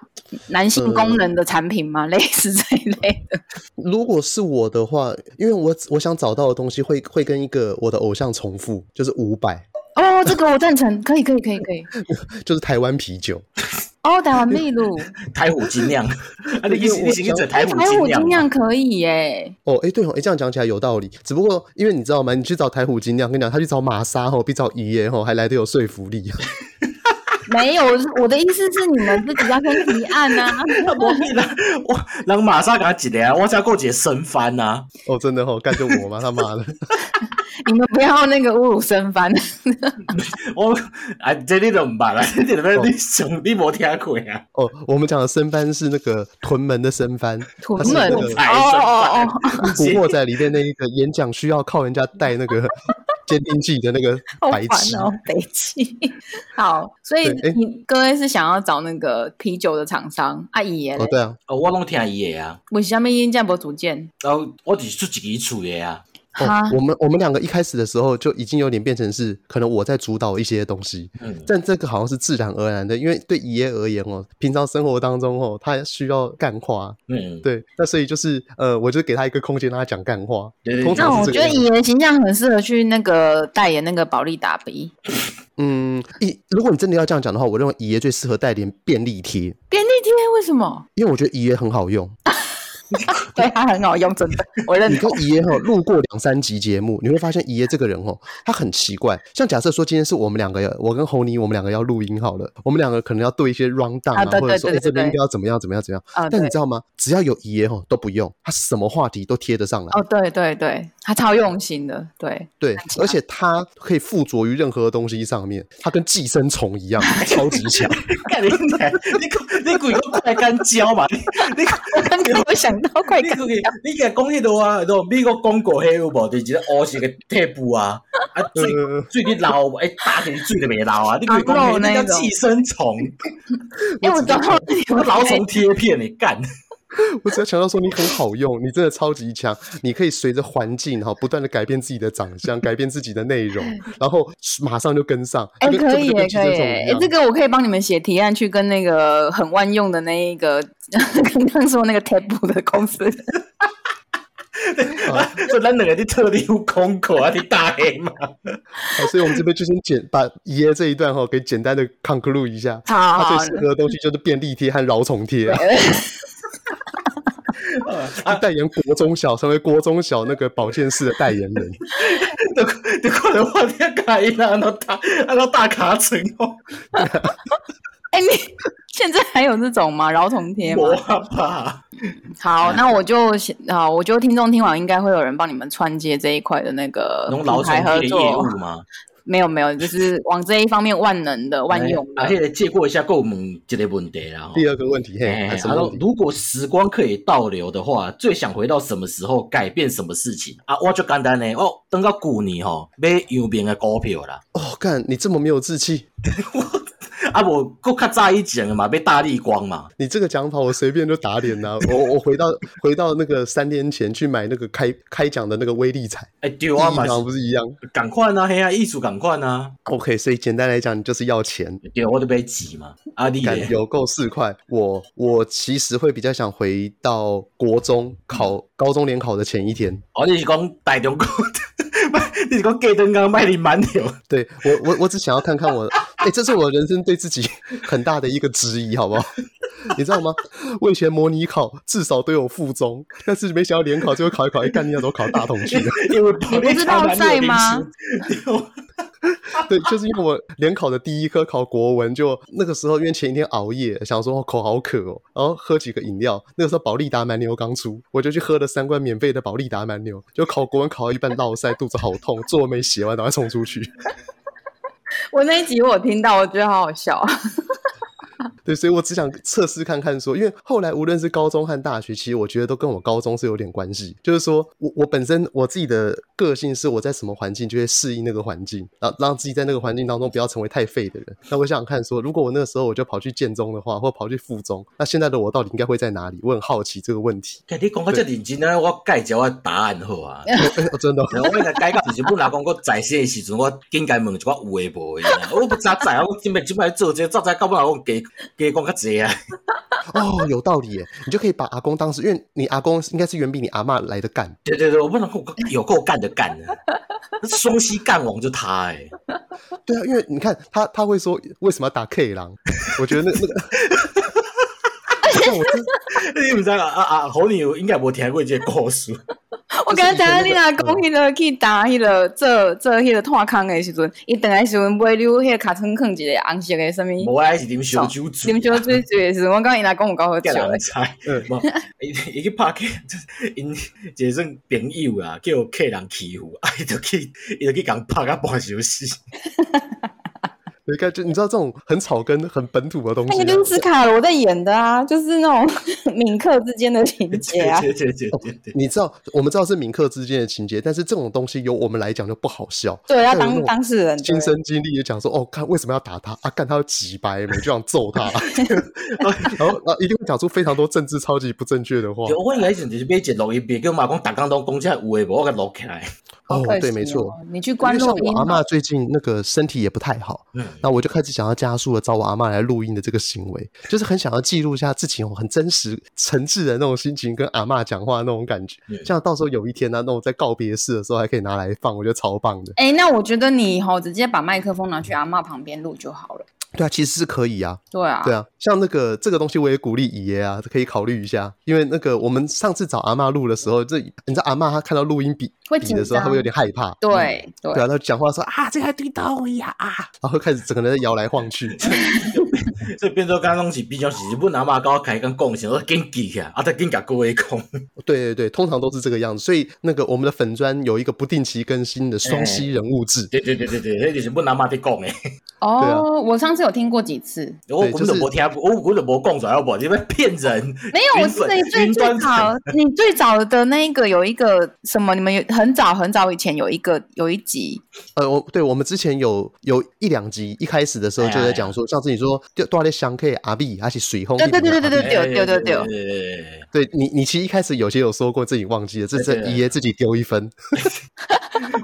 [SPEAKER 3] 男性功能的产品吗？类似这一类的，
[SPEAKER 1] 如果是我的话，因为我我想找到的东西会会跟一个我的偶像重复，就是五百，
[SPEAKER 3] 哦，这个我赞成，可以，可以，可以，可以。
[SPEAKER 1] 就是台湾啤酒。
[SPEAKER 3] 哦，台湾秘 鲁，
[SPEAKER 2] 台虎精酿， 啊，
[SPEAKER 1] 因为
[SPEAKER 2] 你你是
[SPEAKER 1] 我
[SPEAKER 2] 你是去
[SPEAKER 1] 想
[SPEAKER 2] 做台虎
[SPEAKER 3] 台虎
[SPEAKER 2] 精
[SPEAKER 3] 精
[SPEAKER 2] 酿
[SPEAKER 3] 酿
[SPEAKER 2] 吗？
[SPEAKER 3] 可以耶、
[SPEAKER 1] 哦，哎、对哦，哎、这样讲起来有道理。只不过因为你知道吗？你去找台虎精酿，跟你讲，他去找玛莎吼，比找爷爷吼还来得有说服力。啊
[SPEAKER 3] 没有，我的意思是你们自己要先提案呐、啊。
[SPEAKER 2] 那无必啦， 我人马上给他一个啊，我才过一个升番啊呐。
[SPEAKER 1] 哦，真的吼、干就我吗？他妈的！
[SPEAKER 3] 你们不要那个侮辱生番。
[SPEAKER 2] 我 啊，这你都唔 捌啦，你这边你上你无听过啊？
[SPEAKER 1] 哦，我们讲的生番是那个屯门的生番，
[SPEAKER 3] 屯
[SPEAKER 1] 它是
[SPEAKER 3] 门
[SPEAKER 1] 那
[SPEAKER 2] 不
[SPEAKER 1] 个
[SPEAKER 2] 排升番
[SPEAKER 3] 哦哦，
[SPEAKER 1] 《古惑仔》里面那一个演讲需要靠人家带 那个监听器的那个
[SPEAKER 3] 好
[SPEAKER 1] 白
[SPEAKER 3] 烦
[SPEAKER 1] 痴。
[SPEAKER 3] 哦，北气。好，所以
[SPEAKER 1] 对哎
[SPEAKER 3] 你各位是想要找那个啤酒的厂商阿姨耶
[SPEAKER 1] 哦，？对啊，
[SPEAKER 2] 哦，我拢听伊的啊，
[SPEAKER 3] 为什么因这无主见？
[SPEAKER 2] 然后我只是出一个厝的啊。
[SPEAKER 3] 哈
[SPEAKER 1] 哦，，我们我们两个一开始的时候就已经有点变成是，可能我在主导一些东西，
[SPEAKER 2] 嗯，
[SPEAKER 1] 但这个好像是自然而然的，因为对爷爷而言哦，平常生活当中哦，他需要干话，
[SPEAKER 2] 嗯，
[SPEAKER 1] 对，那所以就是呃，我就给他一个空间让他讲干话，
[SPEAKER 2] 对
[SPEAKER 1] 通
[SPEAKER 3] 那
[SPEAKER 1] 常
[SPEAKER 3] 我
[SPEAKER 1] 是这
[SPEAKER 3] 觉
[SPEAKER 1] 个
[SPEAKER 3] 得
[SPEAKER 1] 样子。
[SPEAKER 3] 以爷形象很适合去那个代言那个保利达 B
[SPEAKER 1] 嗯，一如果你真的要这样讲的话，我认为爷爷最适合代言便利贴，
[SPEAKER 3] 便利贴，为什么？
[SPEAKER 1] 因为我觉得爷爷很好用。
[SPEAKER 3] 啊对，它很好用，真的，我认
[SPEAKER 1] 你跟
[SPEAKER 3] 同。
[SPEAKER 1] 爷爷哈录过两三集节目，你会发现爷爷这个人哦，他很奇怪。像假设说今天是我们两个要，我跟红妮我们两个要录音好了，我们两个可能要对一些 round down
[SPEAKER 3] 啊对
[SPEAKER 1] 或者说
[SPEAKER 3] 对对
[SPEAKER 1] 哎这边
[SPEAKER 3] 对
[SPEAKER 1] 应该要怎么样怎么样怎么样。
[SPEAKER 3] 啊，
[SPEAKER 1] 但你
[SPEAKER 3] 对，
[SPEAKER 1] 知道吗？只要有爷爷哈都不用，他什么话题都贴得上来。
[SPEAKER 3] 哦，对对对，他超用心的，对。
[SPEAKER 1] 对
[SPEAKER 3] 很，强
[SPEAKER 1] 而且他可以附着于任何东西上面，他跟寄生虫一样，超级 强。
[SPEAKER 2] 看 你娘你你你鬼个快干胶嘛？你你
[SPEAKER 3] 我刚刚有想到快
[SPEAKER 2] 你个你个讲迄度啊，迄度美国广告迄有无？就是一个乌色个贴布啊，啊水
[SPEAKER 1] 呃
[SPEAKER 2] 水去流，哎打起来水就袂流啊。你鬼讲
[SPEAKER 3] 啊
[SPEAKER 2] 迄
[SPEAKER 3] 漏那
[SPEAKER 2] 那
[SPEAKER 3] 一
[SPEAKER 2] 叫
[SPEAKER 3] 种
[SPEAKER 2] 寄生虫，
[SPEAKER 3] 哎、我刚好你
[SPEAKER 2] 我老虫贴片你干。
[SPEAKER 1] 我只要强调说你很好用，你真的超级强，你可以随着环境哈不断的改变自己的长相，改变自己的内容，然后马上就跟上。
[SPEAKER 3] 哎、
[SPEAKER 1] 就跟
[SPEAKER 3] 可
[SPEAKER 1] 这
[SPEAKER 3] 以
[SPEAKER 1] 不就
[SPEAKER 3] 耶，
[SPEAKER 1] 跟寄
[SPEAKER 3] 可
[SPEAKER 1] 生
[SPEAKER 3] 以
[SPEAKER 1] 虫
[SPEAKER 3] 耶，
[SPEAKER 1] 一
[SPEAKER 3] 哎
[SPEAKER 1] 样
[SPEAKER 3] 这个我可以帮你们写提案去跟那个很万用的那一个 刚刚说那个 Tab 的公司，
[SPEAKER 1] 啊
[SPEAKER 2] 所以咱两个伫特地有空口啊，伫打黑嘛。
[SPEAKER 1] 好所以我们这边就先简把爷爷这一段哈给简单的 conclude 一下。
[SPEAKER 3] 好
[SPEAKER 1] 他
[SPEAKER 3] 啊好
[SPEAKER 1] 最适合的东西就是便利贴和蛲虫贴啊，
[SPEAKER 2] 啊，
[SPEAKER 1] 代言国中小，成为国中小那个保健室的代言 人。
[SPEAKER 2] 都 都可能我听卡伊拉，然后大然后大卡层哦，
[SPEAKER 3] 哎、你现在还有这种吗？饶童贴吗
[SPEAKER 2] 我？怕。
[SPEAKER 3] 好，那我就先啊，我就听众听完应该会有人帮你们串接这一块的那个
[SPEAKER 2] 侬老
[SPEAKER 3] 品
[SPEAKER 2] 虫
[SPEAKER 3] 呃牌合
[SPEAKER 2] 贴业务
[SPEAKER 3] 作，
[SPEAKER 2] 吗？
[SPEAKER 3] 没有没有，就是往这一方面万能的万用的。
[SPEAKER 2] 哎而且借过一下，够问一个问题啦。吼
[SPEAKER 1] 第二个问题，
[SPEAKER 2] 哎，
[SPEAKER 1] 嘿，还
[SPEAKER 2] 然
[SPEAKER 1] 什么
[SPEAKER 2] 后
[SPEAKER 1] 问题？
[SPEAKER 2] 如果时光可以倒流的话，最想回到什么时候，改变什么事情啊？我就简单呢，我等到旧年吼买右边的股票啦，
[SPEAKER 1] 哦，干，你这么没有志气，
[SPEAKER 2] 啊无搁较早以前的嘛，买大力光嘛，
[SPEAKER 1] 你这个讲法我随便就打脸呐、我我回到回到那个三年前去买那个开开奖的那个威力彩，
[SPEAKER 2] 哎对
[SPEAKER 1] 我
[SPEAKER 2] 啊嘛
[SPEAKER 1] 买，不是一样
[SPEAKER 2] 赶快啊，嘿啊，艺术赶快啊，
[SPEAKER 1] ？OK，所以简单来讲，你就是要钱。
[SPEAKER 2] 对，我就买钱嘛，啊你
[SPEAKER 1] 敢
[SPEAKER 2] 咧，
[SPEAKER 1] 有够四块，我我其实会比较想回到国中考高中联考的前一天。
[SPEAKER 2] 哦你是讲大中国， 你是讲过灯刚卖你蛮牛，
[SPEAKER 1] 对我我我只想要看看我，哎、这是我人生对自己很大的一个质疑，好不好？ 你知道吗？我以前模拟考至少都有附中，但是没想到联考最后考一考，哎、干你那时候考大同去了。
[SPEAKER 2] 因为
[SPEAKER 3] 你不知道在吗？
[SPEAKER 1] 对，就是因为我联考的第一科考国文，就那个时候因为前一天熬夜，想说口好渴哦，然后喝几个饮料。那个时候保利达蛮牛刚出，我就去喝了三罐免费的保利达蛮牛，就考国文考到一半落腮，肚子好痛，作文没写完，赶快冲出去。
[SPEAKER 3] 我那一集我有听到，我觉得好好笑。
[SPEAKER 1] 对，所以我只想测试看看说，因为后来无论是高中和大学，其实我觉得都跟我高中是有点关系。就是说我我本身我自己的个性是我在什么环境就会适应那个环境，然后让自己在那个环境当中不要成为太废的人。那我想想看说，如果我那个时候我就跑去建中的话，或跑去附中，那现在的我到底应该会在哪里？我很好奇这个问题。
[SPEAKER 2] 你讲到这认真啊，我介绍我答案好啊。
[SPEAKER 1] 哦真的哦、
[SPEAKER 2] 然后我来解到，就是本来讲我在世的时阵，我应该问一寡有诶无诶啊。我不知道知啊，我今摆今摆做这个，早知到尾我加加讲较济啊。
[SPEAKER 1] 哦，有道理耶！你就可以把阿公当时，因为你阿公应该是远比你阿嬷来的干。
[SPEAKER 2] 对对对，我不能够有够干的干啊，双膝干王就他欸诶、
[SPEAKER 1] 对啊，因为你看他他会说为什么要打 K 狼？我觉得那 那个。像我真
[SPEAKER 2] 你毋知道啊啊，好牛应该无听过这个故事。
[SPEAKER 3] 我刚刚知影你若讲迄个去打迄个做做迄个炭坑的时阵，伊等来时阵买溜迄个卡村坑一个红色的什么
[SPEAKER 2] 无爱是啉烧酒醉
[SPEAKER 3] 啉烧醉醉的时阵，我讲伊若讲有够 好
[SPEAKER 2] 叫
[SPEAKER 3] 笑的
[SPEAKER 2] 人。 猜，
[SPEAKER 1] 嗯
[SPEAKER 2] 无伊伊去拍客，就是因一个算朋友啊，叫客人欺负，啊，伊 就去伊就去共拍甲半小时。
[SPEAKER 1] 你看，就你知道这种很草根、很本土的东
[SPEAKER 3] 那
[SPEAKER 1] 西
[SPEAKER 3] 个
[SPEAKER 1] 啊，
[SPEAKER 3] 就是斯卡罗在演的啊，就是那种嗯闽客之间的情节啊。
[SPEAKER 2] 对对对对对，
[SPEAKER 1] 你知道，我们知道是民客之间的情节，但是这种东西由我们来讲就不好笑。
[SPEAKER 3] 对，要
[SPEAKER 1] 有那
[SPEAKER 3] 当
[SPEAKER 1] 种
[SPEAKER 3] 当事人。对
[SPEAKER 1] 亲身经历也讲说，哦，看为什么要打他啊？干他要挤白目，就想揍 他， 然后啊，一定会讲出非常多政治超级不正确的话。哦
[SPEAKER 2] 对我以前就是买一录音笔，叫妈讲逐工拢讲遮有诶无，我甲录起来。
[SPEAKER 3] 好可惜
[SPEAKER 1] 哦
[SPEAKER 3] 哦
[SPEAKER 1] 对，没错。。
[SPEAKER 3] 你去
[SPEAKER 1] 因
[SPEAKER 3] 关啊
[SPEAKER 1] 为
[SPEAKER 3] 录
[SPEAKER 1] 像我
[SPEAKER 3] 音
[SPEAKER 1] 阿
[SPEAKER 3] 好
[SPEAKER 1] 嬷最近那个身体也不太好，
[SPEAKER 2] 嗯，
[SPEAKER 1] 那我就开始想要加速了找我阿嬷来录音的这个行为，就是很想要记录一下自己哦很真实、诚挚的那种心情，跟阿嬷讲话那种感觉。
[SPEAKER 2] 嗯
[SPEAKER 1] 这样到时候有一天啊呢、那我在告别式的时候还可以拿来放，我觉得超棒的。
[SPEAKER 3] 哎、那我觉得你以后直接把麦克风拿去阿嬷旁边录就好了。
[SPEAKER 1] 对啊，其实是可以啊。
[SPEAKER 3] 对啊，
[SPEAKER 1] 对啊，像那个这个东西，我也鼓励姨爷啊，可以考虑一下，因为那个我们上次找阿嬷录的时候，这你知道阿嬷她看到录音笔
[SPEAKER 3] 会
[SPEAKER 1] 笔
[SPEAKER 3] 紧
[SPEAKER 1] 的时候，她会有点害怕。
[SPEAKER 3] 对对
[SPEAKER 1] 对啊，她讲话说啊，这还对到呀啊，然后开始整个人在摇来晃 去。
[SPEAKER 2] 所以变做刚拢是比较是日本阿嬷甲我开讲讲，想说紧记起来，啊，再紧甲各位讲。
[SPEAKER 1] 对对对，通常都是这个样子。所以那个我们的粉砖有一个不定期更新的
[SPEAKER 3] 哎
[SPEAKER 1] 双溪人物志，
[SPEAKER 2] 对对对对对，迄就是日本阿嬷伫讲诶。
[SPEAKER 3] 哦
[SPEAKER 1] 对啊
[SPEAKER 3] 我上次有听过几次，
[SPEAKER 2] 我
[SPEAKER 1] 对
[SPEAKER 2] 我
[SPEAKER 1] 就是
[SPEAKER 2] 就无听，我我就无讲出来，好不好？你们骗人！
[SPEAKER 3] 没有，我
[SPEAKER 2] 云
[SPEAKER 3] 记得
[SPEAKER 2] 粉
[SPEAKER 3] 你最
[SPEAKER 2] 云
[SPEAKER 3] 最
[SPEAKER 2] 端粉
[SPEAKER 3] 早， 你最早的那个有一个什么，你们有很早很早以前有一个有一集，
[SPEAKER 1] 呃，我对我们之前有有一两集，一开始的时候就在讲说，上次你说就多少的香 K 阿 B，而且水红
[SPEAKER 3] 哎对对对对对对
[SPEAKER 2] 哎
[SPEAKER 3] 对对对
[SPEAKER 2] 对对对
[SPEAKER 1] 对你，你其实一开始有些有说过，自己忘记了，这
[SPEAKER 2] 对
[SPEAKER 1] 这
[SPEAKER 2] 对对
[SPEAKER 1] 爷爷自己丢一分。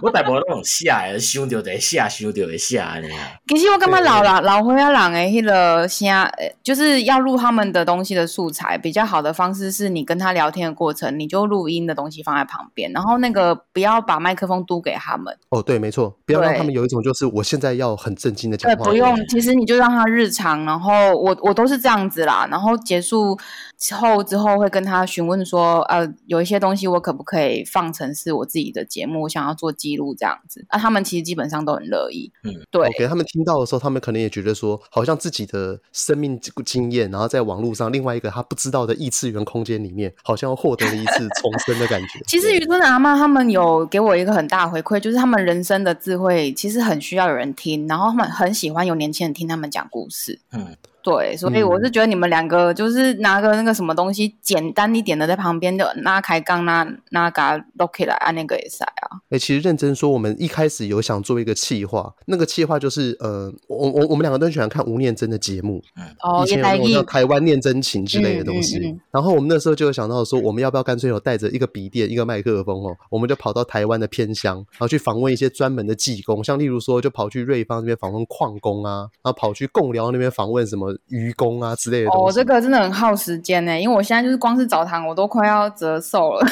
[SPEAKER 2] 我大部分拢写诶，想着就写，想着就写安尼啊。
[SPEAKER 3] 其实我感觉
[SPEAKER 1] 对
[SPEAKER 3] 老人老灰啊人诶，迄个声，呃就是要录他们的东西的素材，比较好的方式是你跟他聊天的过程，你就录音的东西放在旁边，然后那个不要把麦克风嘟给他们，
[SPEAKER 1] 哦，对，没错，不要让
[SPEAKER 3] 对
[SPEAKER 1] 他们有一种就是我现在要很震惊的讲
[SPEAKER 3] 对，
[SPEAKER 1] 话。
[SPEAKER 3] 不用，其实你就让他日常，然后我我都是这样子啦，然后结束之后之后会跟他询问说，呃，有一些东西我可不可以放成是我自己的节目，我想要做记录这样子，啊那、他们其实基本上都很乐意，
[SPEAKER 2] 嗯
[SPEAKER 3] 对。
[SPEAKER 1] 给他们听到的时候，他们可能也觉得说，好像自己的生命经经验，然后在网络上另外一个他不知道的异次元空间里面，好像获得了一次重生的感觉。
[SPEAKER 3] 其实渔村的阿嬷他们有给我一个很大的回馈，就是他们人生的智慧其实很需要有人听，然后他们很喜欢有年轻人听他们讲故事。
[SPEAKER 2] 嗯，
[SPEAKER 3] 对，所以
[SPEAKER 1] 嗯
[SPEAKER 3] 我是觉得你们两个就是拿个那个什么东西简单一点的，在旁边就拉开杠拉拉嘎录起来，按那个也塞啊。
[SPEAKER 1] 哎、其实认真说，我们一开始有想做一个企划，那个企划就是呃，我我我们两个都很喜欢看吴念真的节目，
[SPEAKER 3] 哦
[SPEAKER 1] 以，前有
[SPEAKER 3] 也
[SPEAKER 1] 那
[SPEAKER 3] 来
[SPEAKER 1] 种
[SPEAKER 3] 一
[SPEAKER 1] 叫台湾念真情之类的东西。
[SPEAKER 3] 嗯嗯嗯
[SPEAKER 1] 然后我们那时候就有想到说，我们要不要干脆有带着一个笔电、一个麦克风哦，我们就跑到台湾的偏乡，然后去访问一些专门的技工，像例如说就跑去瑞芳那边访问矿工啊，然后跑去贡寮那边访问什么渔工啊之类的东
[SPEAKER 3] 哦，
[SPEAKER 1] 西。
[SPEAKER 3] 欸 这个真的很耗时间呢，因为我现在就是光是澡堂我都快要折寿了。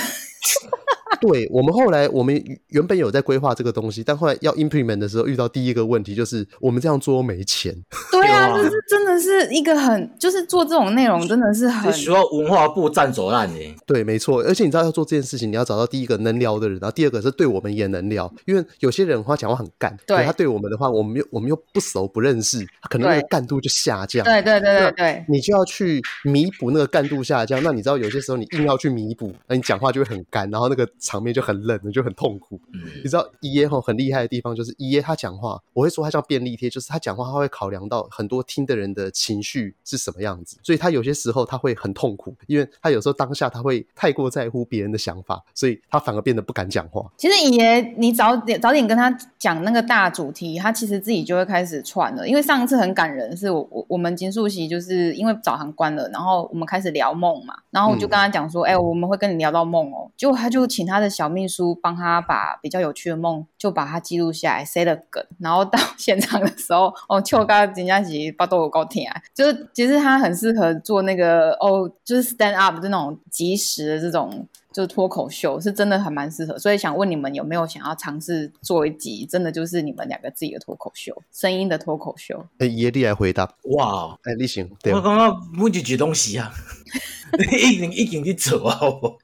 [SPEAKER 1] 对我们后来，我们原本有在规划这个东西，但后来要 implement 的时候，遇到第一个问题就是我们这样做没钱。
[SPEAKER 3] 对啊，
[SPEAKER 2] 对啊
[SPEAKER 3] 这是真的是一个很，就是做这种内容真的是很
[SPEAKER 2] 这需要文化部赞助咱呢。
[SPEAKER 1] 对，没错。而且你知道要做这件事情，你要找到第一个能聊的人，然后第二个是对我们也能聊，因为有些人的话讲话很干，
[SPEAKER 3] 对
[SPEAKER 1] 可是他对我们的话，我们又我们又不熟不认识，他可能那个
[SPEAKER 3] 对
[SPEAKER 1] 干度就下降。
[SPEAKER 3] 对对对对对，
[SPEAKER 1] 你就要去弥补那个干度下降。那你知道有些时候你硬要去弥补，那你讲话就会很干，然后那个场面就很冷，你就很痛苦。
[SPEAKER 2] 嗯
[SPEAKER 1] 你知道伊耶吼很厉害的地方就是伊耶他讲话，我会说他像便利贴，就是他讲话他会考量到很多听的人的情绪是什么样子，所以他有些时候他会很痛苦，因为他有时候当下他会太过在乎别人的想法，所以他反而变得不敢讲话。
[SPEAKER 3] 其实爷，你早点早点跟他讲那个大主题，他其实自己就会开始串了。因为上次很感人，是我我我们金素汐就是因为早航关了，然后我们开始聊梦嘛，然后我就跟他讲说，哎、我们会跟你聊到梦哦，结果他就请他的小秘书帮他把比较有趣的梦就把它记录下来，塞了梗，然后到现场的时候， 哦，秋哥人家是巴豆有够甜啊，就是其实他很适合做那个哦，就是 stand up 就那种即时的这种就是脱口秀是真的还蛮适合，所以想问你们有没有想要尝试做一集，真的就是你们两个自己的脱口秀，声音的脱口秀。
[SPEAKER 1] 哎，伊耶利来回答，
[SPEAKER 2] 哇，哦
[SPEAKER 1] 哎，例行对
[SPEAKER 2] 我。感觉每一集都是啊， 已经已经去做啊，我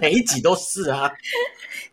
[SPEAKER 2] 每一集都是啊。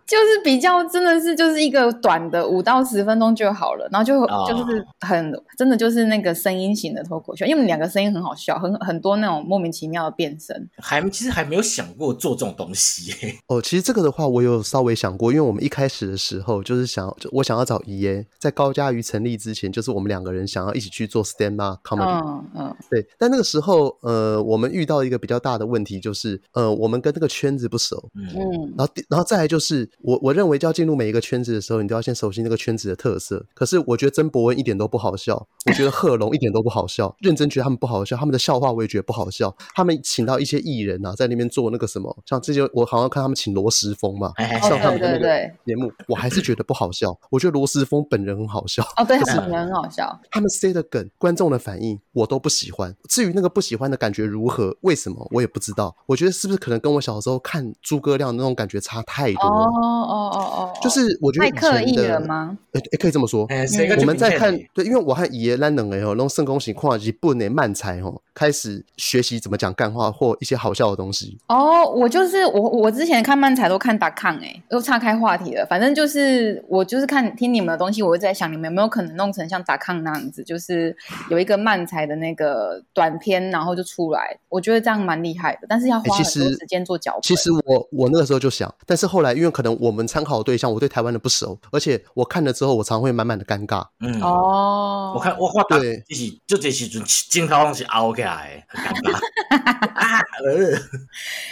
[SPEAKER 3] 就是比较真的是就是一个短的五到十分钟就好了，然后就、
[SPEAKER 1] 啊
[SPEAKER 2] 哦
[SPEAKER 3] 就是很真的就是那个声音型的脱口秀，因为我们两个声音很好笑，很很多那种莫名其妙的变声。
[SPEAKER 2] 还其实还没有想过做这种东西、欸，
[SPEAKER 1] 哦，其实这个的话，我有稍微想过，因为我们一开始的时候就是想要，就我想要找伊耶，在高佳瑜成立之前，就是我们两个人想要一起去做 stand up comedy，、
[SPEAKER 3] 嗯嗯，
[SPEAKER 1] 对，但那个时候，呃，我们遇到一个比较大的问题，就是，呃，我们跟这个圈子不熟，
[SPEAKER 2] 嗯，
[SPEAKER 3] 嗯，
[SPEAKER 1] 然后第，然后再来就是，我我认为要进入每一个圈子的时候，你都要先熟悉那个圈子的特色。可是我觉得曾伯恩一点都不好笑，我觉得贺龙一点都不好笑，认真觉得他们不好笑，他们的笑话我也觉得不好笑。他们请到一些艺人啊，在那边做那个什么，像之前我好像看他们请罗时丰嘛，
[SPEAKER 2] 哎哎
[SPEAKER 1] 上
[SPEAKER 3] 哦
[SPEAKER 1] 他
[SPEAKER 3] 对
[SPEAKER 1] 们的那
[SPEAKER 3] 对
[SPEAKER 1] 个
[SPEAKER 3] 对，
[SPEAKER 1] 节目，我还是觉得不好笑。我觉得罗时丰本人很好笑。
[SPEAKER 3] 哦对，他们很好笑，
[SPEAKER 1] 他们塞的梗，观众的反应我都不喜欢。至于那个不喜欢的感觉如何，为什么我也不知道。我觉得是不是可能跟我小时候看诸葛亮那种感觉差太
[SPEAKER 3] 哦
[SPEAKER 1] 多了。
[SPEAKER 3] 哦哦哦，哦
[SPEAKER 1] 就是我觉得
[SPEAKER 3] 太
[SPEAKER 1] 以
[SPEAKER 3] 刻
[SPEAKER 1] 前
[SPEAKER 3] 意
[SPEAKER 1] 的
[SPEAKER 3] 了，吗？
[SPEAKER 1] 诶诶可以这么说。
[SPEAKER 2] 哎、谁
[SPEAKER 3] 嗯
[SPEAKER 2] 个
[SPEAKER 1] 我
[SPEAKER 2] 就
[SPEAKER 1] 们在
[SPEAKER 2] 明显
[SPEAKER 1] 看
[SPEAKER 2] 欸
[SPEAKER 1] 对，因为我和爷咱两个吼，弄圣公行跨日本的漫才吼，开始学习怎么讲干话或一些好笑的东西。
[SPEAKER 3] 哦，我就是我，我之前看漫才都看达康哎，又岔开话题了。反正就是我就是看听你们的东西，我就在想你们有没有可能弄成像达康那样子，就是有一个漫才的那个短片，然后就出来。我觉得这样蛮厉害的，但是要花
[SPEAKER 1] 欸其
[SPEAKER 3] 很
[SPEAKER 1] 实
[SPEAKER 3] 多时间做脚本。
[SPEAKER 1] 其实我我那个时候就想，但是后来因为可能我们参考的对象我对台湾的不熟，而且我看了之后我常会满满的尴尬。
[SPEAKER 2] 嗯，
[SPEAKER 3] 哦，
[SPEAKER 2] 我看我我
[SPEAKER 1] 对
[SPEAKER 2] 对，就是就这时阵镜头拢是凹起来的，很尴尬啊， 呃
[SPEAKER 1] 对，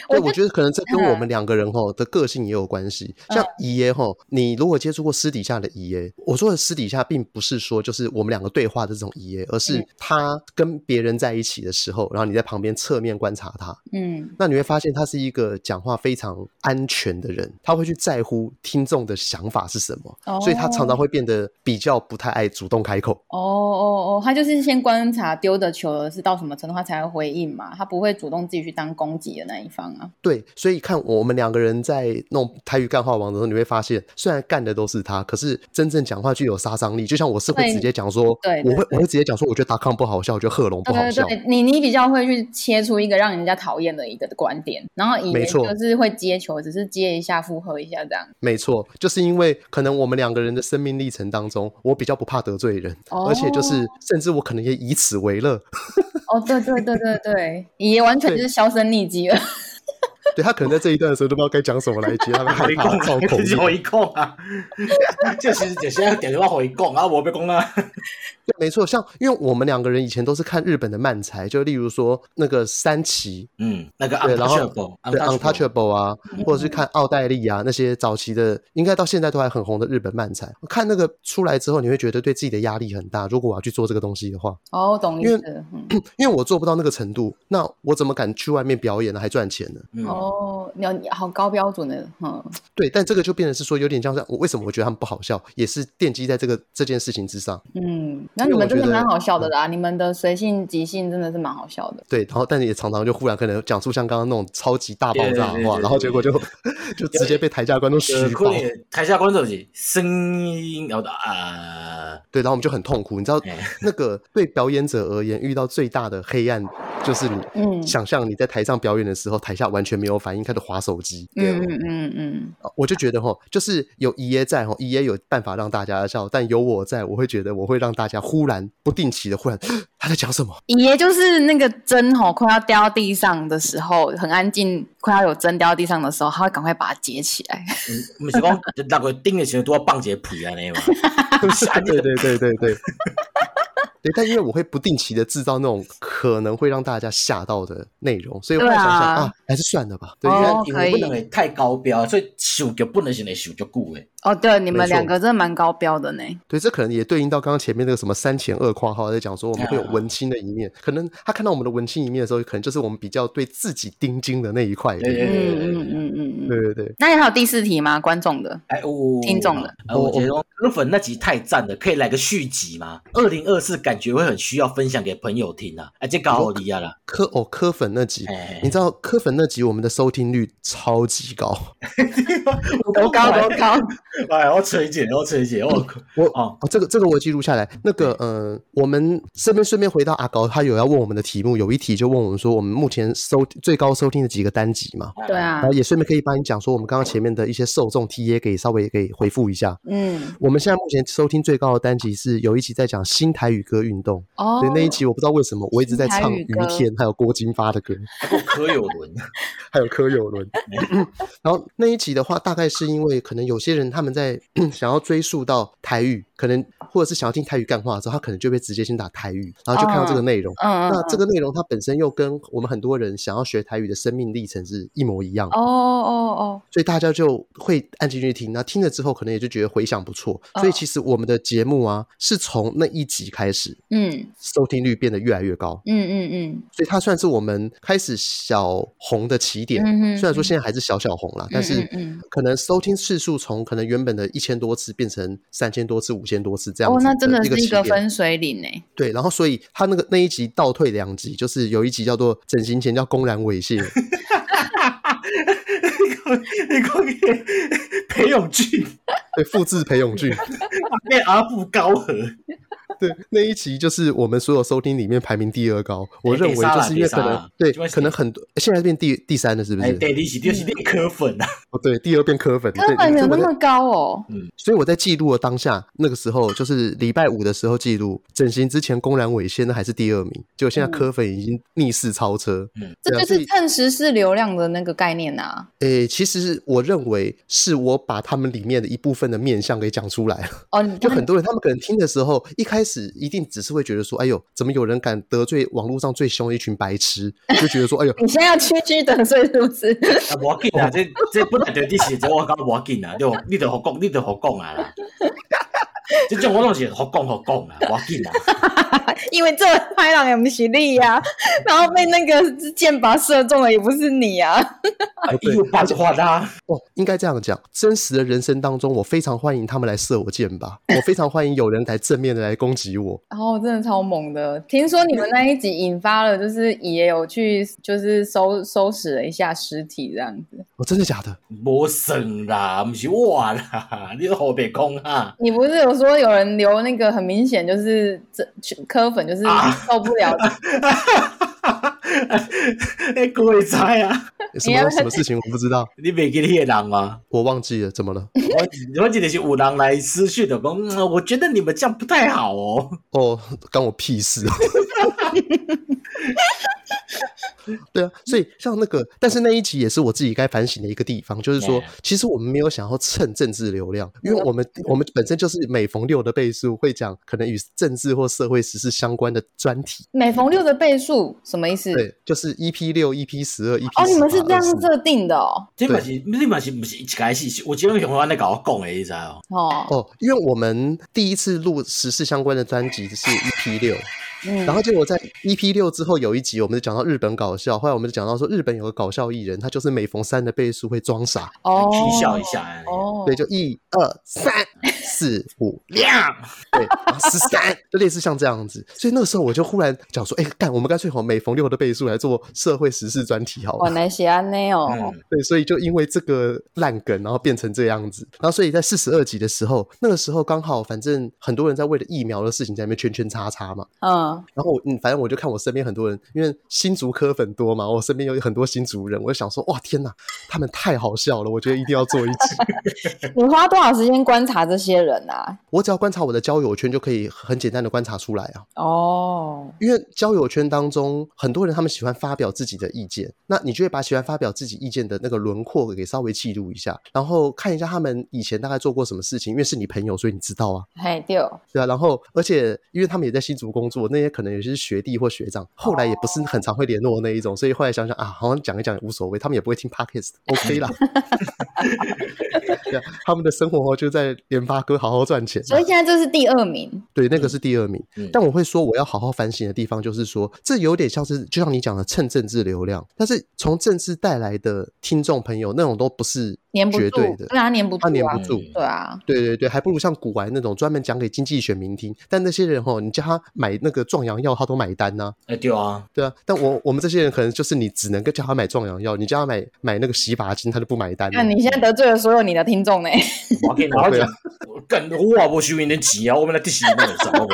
[SPEAKER 3] 我
[SPEAKER 1] 我
[SPEAKER 3] 就
[SPEAKER 1] 觉得可能这跟我们
[SPEAKER 3] 嗯
[SPEAKER 1] 两个人吼的个性也有关系。像姨爷吼，你如果接触过私底下的姨爷，我说的私底下并不是说就是我们两个对话的这种姨爷，而是
[SPEAKER 3] 嗯
[SPEAKER 1] 他跟别人在一起的时候，然后你在旁边侧面观察他，
[SPEAKER 3] 嗯，
[SPEAKER 1] 那你会发现他是一个讲话非常安全的人，他会去在乎听众的想法是什么，所以他常常会变得比较不太爱主动开口。
[SPEAKER 3] 哦哦哦，他就是先观察丢的球是到什么程度，他才会回应嘛，他不会主动自己去当攻击的那一方啊。
[SPEAKER 1] 对，所以看我们两个人在弄台语干话王的时候，你会发现，虽然干的都是他，可是真正讲话具有杀伤力。就像我是会
[SPEAKER 3] 对
[SPEAKER 1] 直接讲说，
[SPEAKER 3] 对
[SPEAKER 1] 我
[SPEAKER 3] 对
[SPEAKER 1] 会我
[SPEAKER 3] 对
[SPEAKER 1] 会直接讲说，我觉得达康不好笑，我觉得贺龙不好
[SPEAKER 3] 对
[SPEAKER 1] 笑。
[SPEAKER 3] 对对，你你比较会去切出一个让人家讨厌的一个观点，然后以
[SPEAKER 1] 没
[SPEAKER 3] 为
[SPEAKER 1] 错
[SPEAKER 3] 就是会接球，只是接一下附和一下这样。
[SPEAKER 1] 没错，就是因为可能我们两个人的生命历程当中，我比较不怕得罪人，而且就是甚至我可能也以此为乐。
[SPEAKER 3] 哦，对对对对对，也完全就是销声匿迹了。
[SPEAKER 1] 对他可能在这一段的时候都不知道该讲什么来接，他们 害
[SPEAKER 2] 回
[SPEAKER 1] 怕
[SPEAKER 2] 讲
[SPEAKER 1] 造口
[SPEAKER 2] 就是
[SPEAKER 1] 业。
[SPEAKER 2] 回讲啊，就是就是要电话回讲啊，无要讲啊，
[SPEAKER 1] 对，没错，像因为我们两个人以前都是看日本的漫才，就例如说那个三崎，
[SPEAKER 2] 嗯，那个
[SPEAKER 1] 对然后
[SPEAKER 2] untouchable，
[SPEAKER 1] 对 Untouchable 啊，或者是看奥黛丽啊那些早期的，应该到现在都还很红的日本漫才。看那个出来之后，你会觉得对自己的压力很大。如果我要去做这个东西的话，
[SPEAKER 3] 哦，我懂意
[SPEAKER 1] 因为
[SPEAKER 3] 思。嗯
[SPEAKER 1] 因为我做不到那个程度，那我怎么敢去外面表演呢？还赚钱呢？
[SPEAKER 2] 嗯，
[SPEAKER 3] 哦，你要好高标准的，嗯，
[SPEAKER 1] 对，但这个就变成是说，有点像是我为什么我觉得他们不好笑，也是奠基在这个这件事情之上。
[SPEAKER 3] 嗯，那
[SPEAKER 1] 因为
[SPEAKER 3] 你
[SPEAKER 1] 我
[SPEAKER 3] 们真
[SPEAKER 1] 觉
[SPEAKER 3] 的
[SPEAKER 1] 得嗯
[SPEAKER 3] 蛮好笑的啦，你们的随性即兴真的是蛮好笑的。
[SPEAKER 1] 对，然后但也常常就忽然可能讲出像刚刚那种超级大爆炸
[SPEAKER 2] 对对
[SPEAKER 1] 的
[SPEAKER 2] 对
[SPEAKER 1] 话，
[SPEAKER 2] 对
[SPEAKER 1] 然后结 果就就直接被台下观众
[SPEAKER 2] 呃
[SPEAKER 1] 虚
[SPEAKER 2] 可
[SPEAKER 1] 爆，
[SPEAKER 2] 能台下观众是声音，然后啊，
[SPEAKER 1] 对，然后我们就很痛苦。你知道
[SPEAKER 2] 嘿
[SPEAKER 1] 那个对表演者而言，遇到最大的黑暗就是你、
[SPEAKER 3] 嗯
[SPEAKER 1] 想象你在台上表演的时候，台下完全没有反应，开始划手机。
[SPEAKER 2] 对
[SPEAKER 3] 嗯嗯嗯嗯，
[SPEAKER 1] 我就觉得哈，就是有爷爷在哈，爷爷有办法让大家笑，但有我在，我会觉得我会让大家忽然不定期的忽然他在讲什 么，
[SPEAKER 3] 爷就是那个针吼快要掉到地上的时候，很安静，快要有针掉到地上的时候，他会赶快把它接起来。
[SPEAKER 2] 毋是讲六月顶的时候都要放一个屁安尼嘛，
[SPEAKER 1] 对对对对对。对，但因为我会不定期的制造那种可能会让大家吓到的内容，所以我
[SPEAKER 3] 对
[SPEAKER 1] 在
[SPEAKER 3] 啊
[SPEAKER 1] 想想啊还是算了吧。对，因为
[SPEAKER 3] 哦
[SPEAKER 2] 因
[SPEAKER 3] 可
[SPEAKER 2] 为
[SPEAKER 3] 以
[SPEAKER 2] 不能会太高标，所以想剧本的时候会想足久的。
[SPEAKER 3] 哦，对，你们
[SPEAKER 1] 没错
[SPEAKER 3] 两个真的蛮高标的呢。
[SPEAKER 1] 对，这可能也对应到刚刚前面那个什么三前二括号在讲说我们会有
[SPEAKER 2] 啊
[SPEAKER 1] 文青的一面，可能他看到我们的文青一面的时候，可能就是我们比较对自己钉钉的那一块。
[SPEAKER 2] 对对
[SPEAKER 1] 对
[SPEAKER 3] 嗯嗯嗯嗯嗯。
[SPEAKER 1] 对对，
[SPEAKER 3] 那你还有第四题吗？观众的
[SPEAKER 2] 哎，我
[SPEAKER 3] 听众了，
[SPEAKER 2] 哎，我觉得柯粉那集太赞了，可以来个续集吗？二零二四感觉会很需要分享给朋友听啊，啊，这搞好厉害啦，
[SPEAKER 1] 科哦科粉那集，
[SPEAKER 2] 哎
[SPEAKER 1] 你，知道科粉那集我们的收听率超级高，
[SPEAKER 2] 我
[SPEAKER 3] 多高多高？
[SPEAKER 2] 哎，我吹姐，我吹姐，我
[SPEAKER 1] 我
[SPEAKER 2] 哦，
[SPEAKER 1] 哦，这个这个我记录下来。那个呃，我们这边顺便回到阿高，他有要问我们的题目，有一题就问我们说我们目前收最高收听的几个单集嘛，
[SPEAKER 3] 对，啊
[SPEAKER 1] 然，后也顺便可以帮你讲说我们刚刚前面的一些受众 T 也给稍微给回复一下。
[SPEAKER 3] 嗯，
[SPEAKER 1] 我们现在目前收听最高的单集是有一集在讲新台语歌运动，
[SPEAKER 3] 哦
[SPEAKER 1] 所以，那一集我不知道为什么我一直在
[SPEAKER 3] 新台
[SPEAKER 1] 唱
[SPEAKER 3] 语
[SPEAKER 1] 于
[SPEAKER 3] 歌
[SPEAKER 1] 天还有郭金发的歌。
[SPEAKER 2] 我柯有伦，啊
[SPEAKER 1] 还有柯有 伦。然后那一集的话，大概是因为可能有些人他们在 想要追溯到台语，可能或者是想要听台语干话的时候，他可能就被直接先打台语，然后就看到这个内容。那
[SPEAKER 3] 嗯嗯，
[SPEAKER 1] 这个内容它本身又跟我们很多人想要学台语的生命历程是一模一样的
[SPEAKER 3] 哦哦
[SPEAKER 1] 所以大家就会按进去听。那听了之后，可能也就觉得回响不错。
[SPEAKER 3] 嗯
[SPEAKER 1] 所以其实我们的节目啊，是从那一集开始
[SPEAKER 3] 哦，嗯
[SPEAKER 1] 收听率变得越来越高。
[SPEAKER 3] 嗯嗯嗯，
[SPEAKER 1] 所以它算是我们开始小红的起点。
[SPEAKER 3] 嗯哼
[SPEAKER 1] 虽然说现在还是小小红啦，但是
[SPEAKER 3] 嗯
[SPEAKER 1] 可能收听次数从可能原本的一千多次变成三千多次、五千多次这样
[SPEAKER 3] 哦，
[SPEAKER 1] 子
[SPEAKER 3] 那真的
[SPEAKER 1] 一个
[SPEAKER 3] 是一
[SPEAKER 1] 起
[SPEAKER 3] 个
[SPEAKER 1] 点。
[SPEAKER 3] 分水岭呢。
[SPEAKER 1] 对，然后所以他那个那一集倒退两集，就是有一集叫做整形前叫公然猥亵，
[SPEAKER 2] 你讲你讲那个裴勇俊，
[SPEAKER 1] 对，复制裴勇俊。
[SPEAKER 2] 变阿布高和，
[SPEAKER 1] 对，那一集就是我们所有收听里面排名第二高，我
[SPEAKER 2] 哎
[SPEAKER 1] 认为
[SPEAKER 2] 第三啦
[SPEAKER 1] 就是因为可
[SPEAKER 2] 第三
[SPEAKER 1] 能
[SPEAKER 2] 啦
[SPEAKER 1] 对
[SPEAKER 2] 基本，上
[SPEAKER 1] 可能很多现在变第第三了，是不
[SPEAKER 2] 哎，
[SPEAKER 1] 是？
[SPEAKER 2] 对，你是就是你柯粉啊，
[SPEAKER 1] 哦，对，第二变科粉，
[SPEAKER 3] 根
[SPEAKER 1] 对
[SPEAKER 3] 本
[SPEAKER 1] 所以
[SPEAKER 3] 有
[SPEAKER 1] 我
[SPEAKER 3] 那
[SPEAKER 1] 在
[SPEAKER 3] 么高哦？
[SPEAKER 1] 所以我在记录的当下，那个时候就是礼拜五的时候记录整形之前公然猥亵，那还是第二名，结果现在科粉已经逆势超车。
[SPEAKER 3] 嗯
[SPEAKER 2] 嗯
[SPEAKER 3] 这
[SPEAKER 1] 对啊
[SPEAKER 3] 就
[SPEAKER 1] 所
[SPEAKER 3] 是
[SPEAKER 1] 以
[SPEAKER 3] 蹭时事流量的那个概念呐、啊。
[SPEAKER 1] 诶、其实我认为是我把他们里面的一部分的面相给讲出来了。
[SPEAKER 3] 哦，你
[SPEAKER 1] 就
[SPEAKER 3] 看
[SPEAKER 1] 很多人他们可能听的时候，一开始一定只是会觉得说，哎呦，怎么有人敢得罪网络上最凶的一群白痴？就觉得说，哎呦，
[SPEAKER 3] 你现在要屈居得罪是不是？
[SPEAKER 2] 啊，无要紧啊，这这本来就你是这我讲无要紧啊，你就你就好讲，你就好讲啊啦。这种我拢是好讲好讲啊，无要 紧啊。
[SPEAKER 3] 因为这拍档也不是你呀、然后被那个箭靶射中了也不是你啊。
[SPEAKER 2] 啊伊有办法啊，
[SPEAKER 1] 哦，应该这样讲，真实的人生当中，我非常欢迎他们来射我箭吧，我非常欢迎有人来正面的来攻击我。
[SPEAKER 3] 然后真的超猛的，听说你们那一集引发了，就是也有去就是收收拾了一下尸体这样子。
[SPEAKER 1] 哦，真的假的？
[SPEAKER 2] 无算啦，毋是我啦，你都好白讲啊。
[SPEAKER 3] 你不是有说有人留那个很明显就是这科粉就是
[SPEAKER 2] 啊
[SPEAKER 3] 受不了，
[SPEAKER 2] 哎，各位知啊，
[SPEAKER 1] 什么什么事情我不知道，
[SPEAKER 2] 你袂记你个人吗？
[SPEAKER 1] 我忘记了，怎么了？
[SPEAKER 2] 我我记得是有人来私讯的讲，嗯我觉得你们这样不太好哦。
[SPEAKER 1] 哦，关我屁事。哦 对啊，所以像那个，但是那一集也是我自己该反省的一个地方，就是说
[SPEAKER 2] Yeah.，
[SPEAKER 1] 其实我们没有想要蹭政治流量，因为我们
[SPEAKER 3] 嗯
[SPEAKER 1] 我们本身就是每逢六的倍数会讲可能与政治或社会时事相关的专题，
[SPEAKER 3] 每逢六的倍数什么意思？
[SPEAKER 1] 对，就是 EP 六、EP 十二、EP
[SPEAKER 3] 嗯哦，你们是这样
[SPEAKER 1] 子
[SPEAKER 3] 设定的哦，
[SPEAKER 2] 这嘛是你嘛是毋是一开始是，有一种像我安尼甲我讲的，你知道哦？
[SPEAKER 3] 哦，
[SPEAKER 1] 哦，因为我们第一次录时事相关的专辑是 EP 六，
[SPEAKER 3] 嗯
[SPEAKER 1] 然后结果在 EP 六之后有一集，我们就讲到日本搞笑，后来我们就讲到说日本有个搞笑艺人，他就是每逢三的倍数会装傻，
[SPEAKER 3] 哦，
[SPEAKER 2] 皮笑一下哎
[SPEAKER 3] 哦，
[SPEAKER 1] 对，就一二三四五
[SPEAKER 2] 亮，
[SPEAKER 1] 对，十三，就类似像这样子。所以那个时候我就忽然讲说，哎、干，我们干脆吼每逢六的倍数来做社会时事专题好
[SPEAKER 3] 我
[SPEAKER 1] 了。
[SPEAKER 3] 来写安内哦，
[SPEAKER 2] 嗯，
[SPEAKER 1] 对，所以就因为这个烂梗，然后变成这样子。然后所以在四十二集的时候，那个时候刚好反正很多人在为了疫苗的事情在那边圈圈叉叉嘛。
[SPEAKER 3] 嗯，
[SPEAKER 1] 然后我嗯，反正我就看我身边很多人，因为新竹科粉多嘛，我身边有很多新竹人，我就想说，哇，天哪，他们太好笑了，我觉得一定要做一集。
[SPEAKER 3] 嗯你花多少时间观察这些人啊？
[SPEAKER 1] 我只要观察我的交友圈，就可以很简单的观察出来啊。
[SPEAKER 3] 哦，
[SPEAKER 1] 因为交友圈当中，很多人他们喜欢发表自己的意见，那你就会把喜欢发表自己意见的那个轮廓给稍微记录一下，然后看一下他们以前大概做过什么事情，因为是你朋友，所以你知道啊，
[SPEAKER 3] 嘿，对哦，
[SPEAKER 1] 对啊。然后，而且因为他们也在新竹工作，那些可能有些是学弟或学长，后来也不是很常会联络那一种，所以后来想想啊，好像讲一讲也无所谓，他们也不会听 podcast，OK、啦。 对啊，他们的生活就在联发哥好好赚钱、啊
[SPEAKER 3] 所以。现在这是第二名，
[SPEAKER 1] 对，那个是第二名。
[SPEAKER 2] 嗯
[SPEAKER 1] 但我会说，我要好好反省的地方就是说，这有点像是就像你讲的蹭政治流量，但是从政治带来的听众朋友那种都不是
[SPEAKER 3] 粘不
[SPEAKER 1] 绝
[SPEAKER 3] 住，
[SPEAKER 1] 对的，
[SPEAKER 3] 对啊，粘不住
[SPEAKER 1] 他粘
[SPEAKER 3] 啊
[SPEAKER 1] 不，住。
[SPEAKER 2] 嗯
[SPEAKER 3] 对啊，
[SPEAKER 1] 对对对，还不如像古玩那种专门讲给经济选民听，但那些人吼，你叫他买那个壮阳药，他都买单呐、
[SPEAKER 2] 哎 对啊，
[SPEAKER 1] 对啊。但我我们这些人可能就是你只能够叫他买壮阳药，你叫他买买那个洗发精，他就不买单了。
[SPEAKER 3] 那你现在得罪了所有你的听众呢？
[SPEAKER 2] 我给你
[SPEAKER 1] 哦
[SPEAKER 2] 老
[SPEAKER 1] 对啊
[SPEAKER 2] 讲，我干我也无收因的钱啊，我们来提醒你们什么？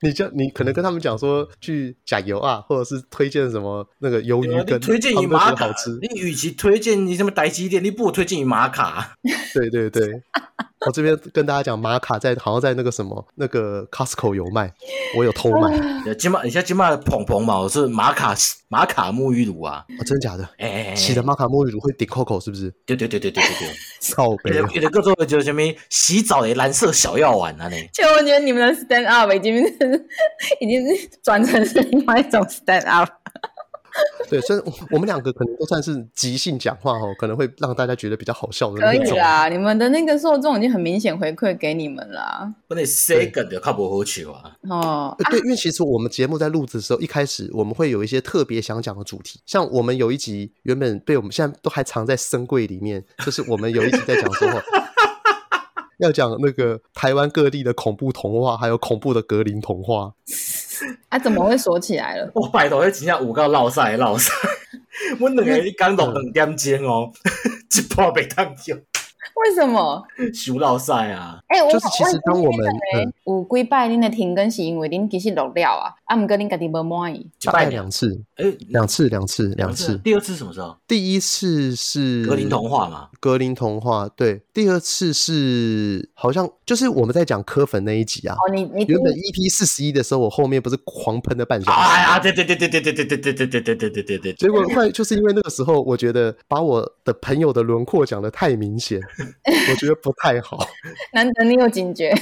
[SPEAKER 1] 你叫你可能跟他们讲说去甲油啊，或者是推荐什么那个鱿
[SPEAKER 2] 对啊
[SPEAKER 1] 鱼
[SPEAKER 2] 你
[SPEAKER 1] 羹，
[SPEAKER 2] 推荐
[SPEAKER 1] 他
[SPEAKER 2] 你
[SPEAKER 1] 们都觉
[SPEAKER 2] 玛
[SPEAKER 1] 得
[SPEAKER 2] 卡
[SPEAKER 1] 好吃，。
[SPEAKER 2] 你与其推荐你什么台积电，你不如推荐你玛卡。
[SPEAKER 1] 对对对，我这边跟大家讲，玛卡在好像在那个什么那个 Costco 有卖，我有偷
[SPEAKER 3] 啊
[SPEAKER 1] 买，
[SPEAKER 2] 对今嘛，你像今嘛捧捧嘛，我是玛卡玛卡沐浴乳啊，
[SPEAKER 1] 哦、真的假的？
[SPEAKER 2] 哎哎，哎
[SPEAKER 1] 洗的玛卡沐浴乳会顶 Coco 是不是？
[SPEAKER 2] 对对对对对对对。
[SPEAKER 1] 靠
[SPEAKER 2] 有
[SPEAKER 1] 北哦
[SPEAKER 2] 的有的各种就是什么洗澡的蓝色小药丸啊，你
[SPEAKER 3] 就我觉得你们的 stand up 已经 已经转成是另外一种 stand up，
[SPEAKER 1] 对，虽然我我们两个可能都算是即兴讲话哦，可能会让大家觉得比较好笑的
[SPEAKER 3] 可
[SPEAKER 1] 那
[SPEAKER 3] 以
[SPEAKER 1] 种。
[SPEAKER 3] 啦，你们的那个受众已经很明显回馈给你们啦。
[SPEAKER 2] 不能 second 的靠不好笑啊。
[SPEAKER 3] 哦，
[SPEAKER 1] 呃对，因为其实我们节目在录制的时候，一开始我们会有一些特别想讲的主题，像我们有一集原本被我们现在都还藏在深柜里面，就是我们有一集在讲说。哦 要讲那个台湾各地的恐怖童话，还有恐怖的格林童话，
[SPEAKER 3] 啊，怎么会锁起来了？
[SPEAKER 2] 我拜托，迄真正有够闹晒闹晒，阮两个一讲录两点钟哦，一半袂当叫，
[SPEAKER 3] 为什么？
[SPEAKER 2] 收闹晒啊！
[SPEAKER 3] 哎、我
[SPEAKER 1] 就是其实当我们
[SPEAKER 3] 诶、
[SPEAKER 1] 嗯
[SPEAKER 3] 有几摆恁的停更是因为恁其实录了啊，啊，毋过恁家己无满意。
[SPEAKER 2] 一
[SPEAKER 1] 大概
[SPEAKER 2] 拜
[SPEAKER 1] 两次，
[SPEAKER 2] 哎
[SPEAKER 1] 两次，两次，两
[SPEAKER 2] 啊
[SPEAKER 1] 次。
[SPEAKER 2] 第二次什么时候？
[SPEAKER 1] 第一次是
[SPEAKER 2] 格林童话嘛，
[SPEAKER 1] 格林童话，对。第二次是好像就是我们在讲科粉那一集啊。
[SPEAKER 3] 哦，你你
[SPEAKER 1] 原本 EP 四十一的时候，我后面不是狂喷了半小时，
[SPEAKER 2] 哎呀，对对对对对对对对对对对对对对对对对，
[SPEAKER 1] 结果快就是因为那个时候，我觉得把我的朋友的轮廓讲的太明 显，我觉得不太好。
[SPEAKER 3] 难得你有警觉，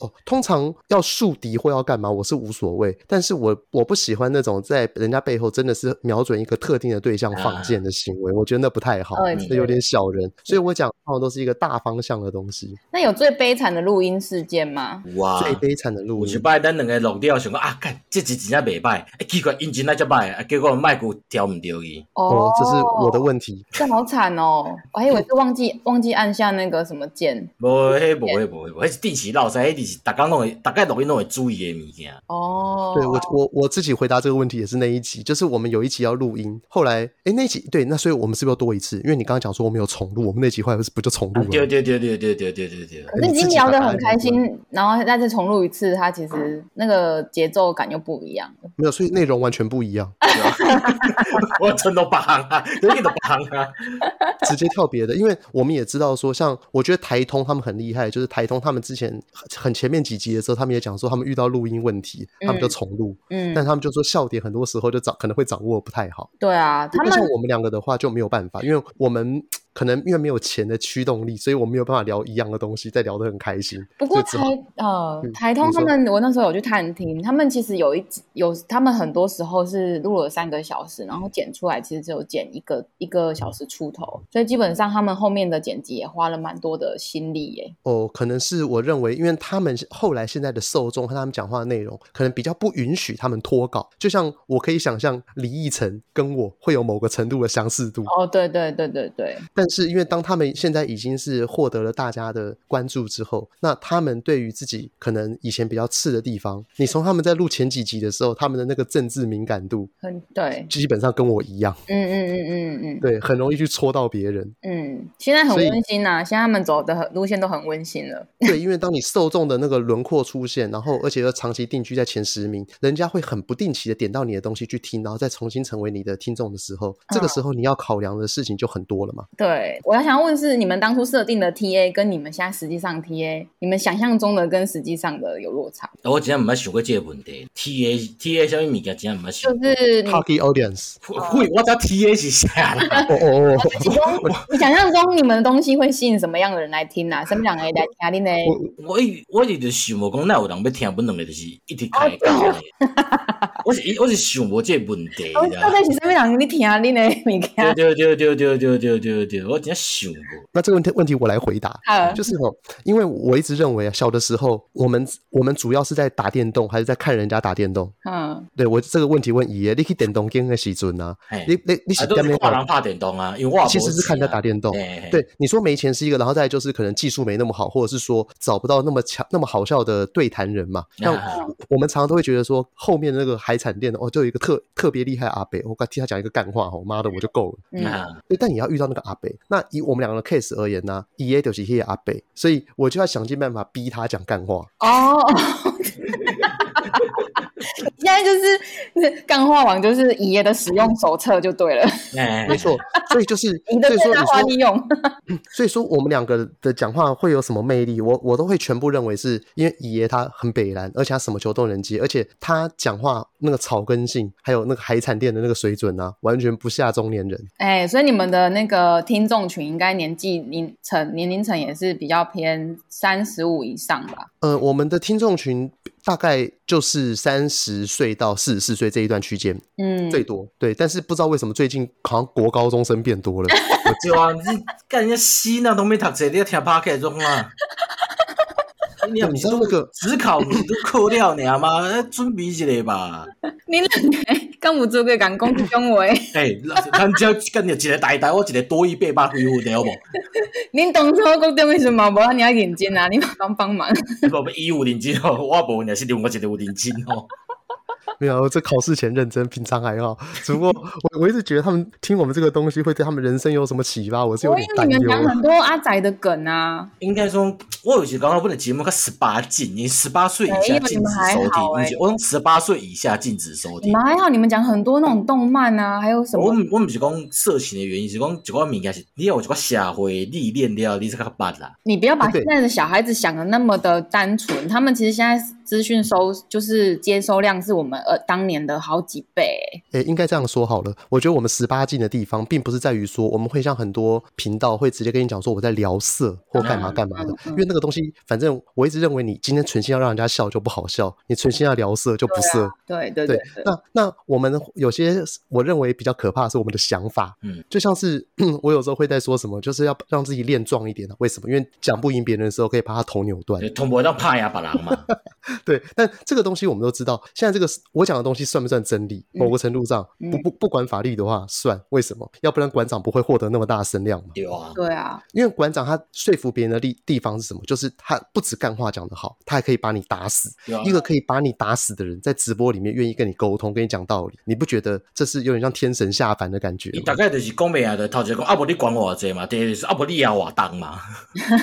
[SPEAKER 1] 哦，通常要树敌或要干嘛，我是无所谓，但是我我不喜欢那种在人家背后真的是瞄准一个特定的对象放箭的行为，我觉得那不太好，
[SPEAKER 3] 哦
[SPEAKER 1] 那有点小人。所以我讲通常都是一个大方向的东西。
[SPEAKER 3] 那有最悲惨的录音事件吗？
[SPEAKER 2] 哇！
[SPEAKER 1] 最悲惨的路
[SPEAKER 2] 有，一摆咱两个录了，想讲啊，干，这集真正袂歹，哎，奇怪，音真那只歹，啊，结果麦克调唔对伊，
[SPEAKER 1] 哦，这是我的，问题。
[SPEAKER 3] 这好惨哦！我还以为是忘记忘记按下那个什么键
[SPEAKER 2] 无，迄无，迄无，迄无，迄是定期闹晒，迄是逐工拢会，大概录音拢会注意的物件。
[SPEAKER 3] 哦。
[SPEAKER 1] 对我我我自己回答这个问题也是那一集，就是我们有一集要录音，后来哎那一集对，那所以我们是不是要多一次？因为你刚刚讲说我们有重录，我们那集后来不是不就重录
[SPEAKER 2] 啊
[SPEAKER 1] 了吗？
[SPEAKER 2] 对对对对对对对对 对。
[SPEAKER 3] 可是已经聊得很开心，然后再次重录一次，它其实那个节奏感又不一样。
[SPEAKER 1] 没有，所以内容完全不一样，
[SPEAKER 2] 我真的帮啊， 有点都帮啊。
[SPEAKER 1] 直接跳别的。因为我们也知道说，像我觉得台通他们很厉害，就是台通他们之前很很前面几集的时候，他们也讲说他们遇到录音问题，他们就重录，
[SPEAKER 3] 嗯，
[SPEAKER 1] 但他们就说笑点很多时候就掌可能会掌握不太好。
[SPEAKER 3] 对啊，他
[SPEAKER 1] 那像
[SPEAKER 3] 们
[SPEAKER 1] 我们两个的话就没有办法，因为我们。可能因为没有钱的驱动力，所以我没有办法聊一样的东西，再聊得很开心。
[SPEAKER 3] 不过
[SPEAKER 1] 就只
[SPEAKER 3] 台
[SPEAKER 1] 好
[SPEAKER 3] 呃
[SPEAKER 1] 嗯
[SPEAKER 3] 台通
[SPEAKER 1] 你
[SPEAKER 3] 他
[SPEAKER 1] 说
[SPEAKER 3] 们，我那时候有去探听，他们其实有一集有他们很多时候是录了三个小时，然后剪出来其实只有剪一个一个小时出头，所以基本上他们后面的剪辑也花了蛮多的心力耶。
[SPEAKER 1] 哦，可能是我认为，因为他们后来现在的受众和他们讲话的内容，可能比较不允许他们脱稿。就像我可以想象李义成跟我会有某个程度的相似度，
[SPEAKER 3] 哦，对对对对对，
[SPEAKER 1] 但是因为当他们现在已经是获得了大家的关注之后，那他们对于自己可能以前比较次的地方，你从他们在录前几集的时候，他们的那个政治敏感度
[SPEAKER 3] 很对，
[SPEAKER 1] 基本上跟我一样，
[SPEAKER 3] 嗯嗯嗯嗯嗯
[SPEAKER 1] 对，很容易去戳到别人。
[SPEAKER 3] 嗯，现在很
[SPEAKER 1] 所以
[SPEAKER 3] 温馨啊呐、现在他们走的很路线都很温馨了。
[SPEAKER 1] 对，因为当你受众的那个轮廓出现，然后而且又长期定居在前十名，人家会很不定期的点到你的东西去听，然后再重新成为你的听众的时候，这
[SPEAKER 2] 嗯
[SPEAKER 1] 个时候你要考量的事情就很多了嘛。
[SPEAKER 3] 对，我要想要问是，你们当初设定的 TA 跟你们现在实际上 TA，你们想象中的跟实际上的有落差，
[SPEAKER 2] 啊我真正毋捌想过即个问题。T A T A 啥物物件真正毋捌
[SPEAKER 3] 就
[SPEAKER 2] 想。
[SPEAKER 3] 是你
[SPEAKER 1] Target audience，
[SPEAKER 2] 会， 我知道 T A 是啥啦。
[SPEAKER 1] 哦哦哦。
[SPEAKER 3] 提供你想象中你们的东西会吸引什么样的人来听啊？什么样的人来听啊？你呢？
[SPEAKER 2] 我一我一直想无讲，哪有人要听本两个就是一直开
[SPEAKER 3] 哦
[SPEAKER 2] 讲的。 我是我是想无即个问题，你知
[SPEAKER 3] 我
[SPEAKER 2] 道
[SPEAKER 3] 哦到
[SPEAKER 2] 吗
[SPEAKER 3] 底是什么人你听啊？你呢？你 看，
[SPEAKER 2] 对对对对对对对对，我真的想无。
[SPEAKER 1] 那这个问题问题我来回答，
[SPEAKER 3] 好
[SPEAKER 1] 就是哦，因为我一直认为啊，小的时候我们我们主要是在打电动，还是在看人家打电动？
[SPEAKER 3] 嗯，
[SPEAKER 1] 对我这个问题问爷，你去电动game 的时阵啊，
[SPEAKER 2] 嘿
[SPEAKER 1] 你你你
[SPEAKER 2] 啊，
[SPEAKER 1] 是
[SPEAKER 2] 都
[SPEAKER 1] 点
[SPEAKER 2] 是
[SPEAKER 1] 咩
[SPEAKER 2] 看人拍电动啊，因为我
[SPEAKER 1] 其实是看人家打电动。
[SPEAKER 2] 动
[SPEAKER 1] 对，你说没钱是一个，然后再来就是可能技术没那么好，或者是说找不到那么强、那么好笑的对谈人嘛。那
[SPEAKER 2] 啊
[SPEAKER 1] 我们常常都会觉得说，后面那个海产店的哦，就有一个特特别厉害的阿伯，我刚听他讲一个干话，哦，妈的我就够了。
[SPEAKER 3] 嗯
[SPEAKER 2] 啊，
[SPEAKER 1] 对，但也要遇到那个阿北。那以我们两个的 case 而言呢、e A 就是那个阿北，所以我就要想尽办法逼他讲干话。
[SPEAKER 3] 哦， 现在就是那干话网就是爷爷的使用手册就对了，
[SPEAKER 2] 哎，
[SPEAKER 1] 没错，所以就是，
[SPEAKER 3] 你的
[SPEAKER 1] 所以
[SPEAKER 3] 最
[SPEAKER 1] 说
[SPEAKER 3] 大
[SPEAKER 1] 你
[SPEAKER 3] 化
[SPEAKER 1] 说，
[SPEAKER 3] 利用。
[SPEAKER 1] 所以说我们两个的讲话会有什么魅力？我我都会全部认为是因为爷爷他很北蓝，而且他什么球都能接，而且他讲话那个草根性，还有那个海产店的那个水准啊，完全不下中年人。
[SPEAKER 3] 哎，所以你们的那个听众群应该年纪龄层年龄层也是比较偏三十五以上吧？
[SPEAKER 1] 呃，我们的听众群大概就是三十岁到四十四岁这一段区间
[SPEAKER 3] 嗯，
[SPEAKER 1] 最多，对。但是不知道为什么最近好像国高中生变 多了。
[SPEAKER 2] 对啊，你干人家死那都没读册，你要听 p o d 中啊。你
[SPEAKER 1] 你知道那个
[SPEAKER 2] 只考你都扣掉你啊妈，那准备一下吧。
[SPEAKER 3] 你两个刚不做个讲公恭维，
[SPEAKER 2] 哎，咱只跟你一个大台，我一个多一百八几分对无？
[SPEAKER 3] 你当初讲中的时候嘛，无你要认真啊，你帮 帮忙。
[SPEAKER 2] 我们一五零斤哦，我无你是另外一个五零斤哦。
[SPEAKER 1] 没有，这考试前认真，平常还好。只不过我我一直觉得他们听我们这个东西会对他们人生有什么启发，我是有
[SPEAKER 3] 所以
[SPEAKER 1] 点担
[SPEAKER 3] 你们
[SPEAKER 1] 忧。
[SPEAKER 3] 讲很多阿仔的梗啊，
[SPEAKER 2] 应该说，我有时刚刚不能节目看十八禁，你十八岁以下禁止
[SPEAKER 3] 哎你
[SPEAKER 2] 收
[SPEAKER 3] 们还好
[SPEAKER 2] 听。
[SPEAKER 3] 哎
[SPEAKER 2] 你是我用十八岁以下禁止收
[SPEAKER 3] 你
[SPEAKER 2] 听
[SPEAKER 3] 们。还好，你们讲很多那种动漫啊，还有什
[SPEAKER 2] 我
[SPEAKER 3] 么？
[SPEAKER 2] 唔我唔是讲色情的原因，是讲一个物件是，你有一个社会历练了，你才较捌啦。
[SPEAKER 3] 你不要把
[SPEAKER 1] 对
[SPEAKER 3] 现在的小孩子想的那么的单纯，他们其实现在资讯收就是接收量是我们呃当年的好几倍欸、
[SPEAKER 1] 诶，应该这样说好了。我觉得我们十八禁的地方，并不是在于说我们会像很多频道会直接跟你讲说我在聊色或干嘛干嘛的
[SPEAKER 3] 嗯，嗯
[SPEAKER 1] 因为那个东西，反正我一直认为你今天存心要让人家笑就不好笑，你存心要聊色就不色。
[SPEAKER 3] 对啊对
[SPEAKER 1] 对
[SPEAKER 3] 对，对，
[SPEAKER 1] 那那我们有些我认为比较可怕的是我们的想法，
[SPEAKER 2] 嗯，
[SPEAKER 1] 就像是 我有时候会在说什么，就是要让自己练壮一点啊。为什么？因为讲不赢别人的时候，可以把他头扭断
[SPEAKER 2] 就。通不到怕呀，别人嘛。
[SPEAKER 1] 对，但这个东西我们都知道，现在这个是我讲的东西算不算真理？
[SPEAKER 3] 嗯
[SPEAKER 1] 某个程度上，
[SPEAKER 3] 嗯
[SPEAKER 1] 不不不管法律的话，算。为什么？要不然馆长不会获得那么大的声量嘛。
[SPEAKER 2] 对啊，
[SPEAKER 3] 对啊，
[SPEAKER 1] 因为馆长他说服别人的地地方是什么？就是他不止干话讲得好，他还可以把你打死。
[SPEAKER 2] 对啊
[SPEAKER 1] 一。个可以把你打死的人，在直播里面愿意跟你沟通，跟你讲道理，你不觉得这是有点像天神下凡的感觉
[SPEAKER 2] 伊大
[SPEAKER 1] 吗？
[SPEAKER 2] 概就是讲袂啊，就头一个讲啊，无你管我济嘛，第二就是啊，无你也活动嘛，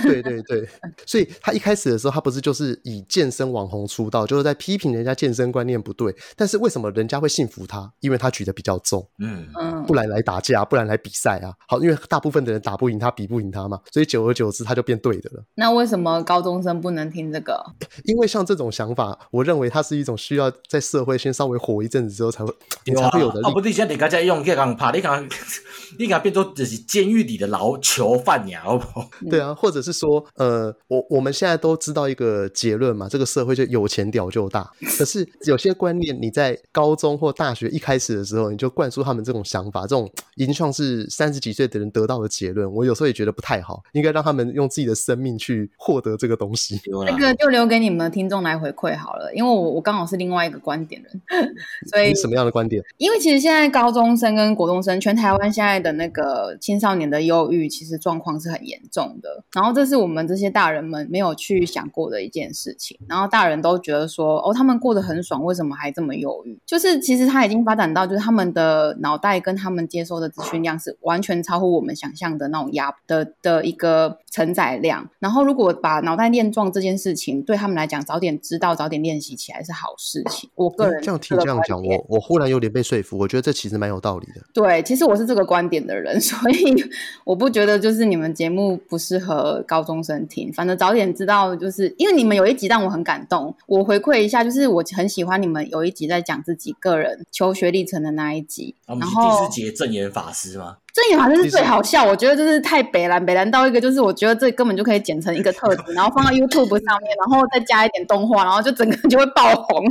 [SPEAKER 1] 对对对，所以他一开始的时候，他不是就是以健身网红出道，就是在批评人家健身观念不对，但是为什么人家会信服他？因为他举得比较重，
[SPEAKER 2] 嗯，
[SPEAKER 3] 嗯
[SPEAKER 1] 不，然来打架，不然来比赛啊。好，因为大部分的人打不赢他，比不赢他嘛，所以久而久之他就变对的了。
[SPEAKER 3] 那为什么高中生不能听这个？
[SPEAKER 1] 因为像这种想法，我认为它是一种需要在社会先稍微火一阵子之后才会，你
[SPEAKER 2] 对
[SPEAKER 1] 才
[SPEAKER 2] 啊
[SPEAKER 1] 会有的
[SPEAKER 2] 啊，
[SPEAKER 1] 力。
[SPEAKER 2] 不，你现在你刚才用这样拍，你讲 你讲变做就是监狱里的牢囚犯呀，好不好？
[SPEAKER 1] 对啊，或者是说，呃，我我们现在都知道一个结论嘛，这个社会就有钱屌就大。可是有些观念，你在高中或大学一开始的时候，你就灌输他们这种想法，这种已经算是三十几岁的人得到的结论，我有时候也觉得不太好，应该让他们用自己的生命去获得这个东西。
[SPEAKER 2] 对啊
[SPEAKER 3] 这
[SPEAKER 2] 啦，
[SPEAKER 3] 个就留给你们的听众来回馈好了，因为我我刚好是另外一个观点人，所以
[SPEAKER 1] 你什么样的观点？
[SPEAKER 3] 因为其实现在高中生跟国中生，全台湾现在的那个青少年的忧郁，其实状况是很严重的。然后这是我们这些大人们没有去想过的一件事情。然后大人都觉得说，哦，他们过得很爽，为什么还这么忧郁？就是其实他已经发展到，就是他们的脑袋跟他们接收的资讯量是完全超乎我们想象的那种压的的一个承载量。然后如果把脑袋练壮这件事情，对他们来讲，早点知道，早点练习起来是好事情。我个人
[SPEAKER 1] 这样听
[SPEAKER 3] 个
[SPEAKER 1] 这样
[SPEAKER 3] 观
[SPEAKER 1] 讲，
[SPEAKER 3] 点
[SPEAKER 1] 我我忽然有点被说服，我觉得这其实蛮有道理的。
[SPEAKER 3] 对，其实我是这个观点的人， 所以我不觉得就是你们节目不适合高中生听。反正早点知道，就是因为你们有一集让我很感动，我回馈一下，就是我很喜欢你们有一集在讲自己个人求学历程的那一集，
[SPEAKER 2] 啊我
[SPEAKER 3] 然
[SPEAKER 2] 们是第
[SPEAKER 3] 后
[SPEAKER 2] 四节正言法师嘛，
[SPEAKER 3] 这一好像
[SPEAKER 1] 第
[SPEAKER 3] 是
[SPEAKER 1] 四
[SPEAKER 3] 最好笑，我觉得就是太北蓝北蓝到一个，就是我觉得这根本就可以剪成一个特辑，然后放到 YouTube 上面，然后再加一点动画，然后就整个就会爆红。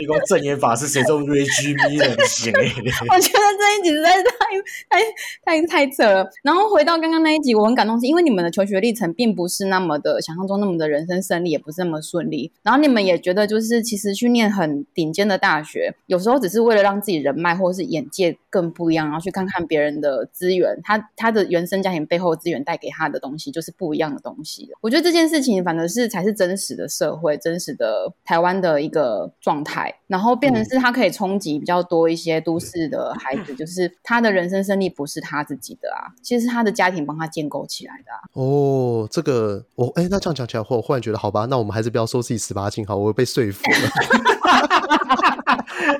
[SPEAKER 2] 你讲正言法师谁中 r a g m 的 不行诶，
[SPEAKER 3] 我觉得这一集实在是太太太太扯了。然后回到刚刚那一集，我很感动，是因为你们的求学历程并不是那么的想象中那么的人生胜利，也不是那么顺利。然后你们也觉得，就是其实去念很顶尖的大学，有时候只是为了让自己人脉或者是眼界更不一样，然后去看看别人的资源，他他的原生家庭背后资源带给他的东西就是不一样的东西。我觉得这件事情反而是才是真实的社会，真实的台湾的一个状态，然后变成是他可以冲击比较多一些都市的孩 子，就是他的人生胜利不是他自己的啊，其实是他的家庭帮他建构起来的啊。
[SPEAKER 1] 哦，这个我哎、那这样讲起来，我忽然觉得，好吧，那我们还是不要说自己十八禁好，我被说服了。
[SPEAKER 2] 诶，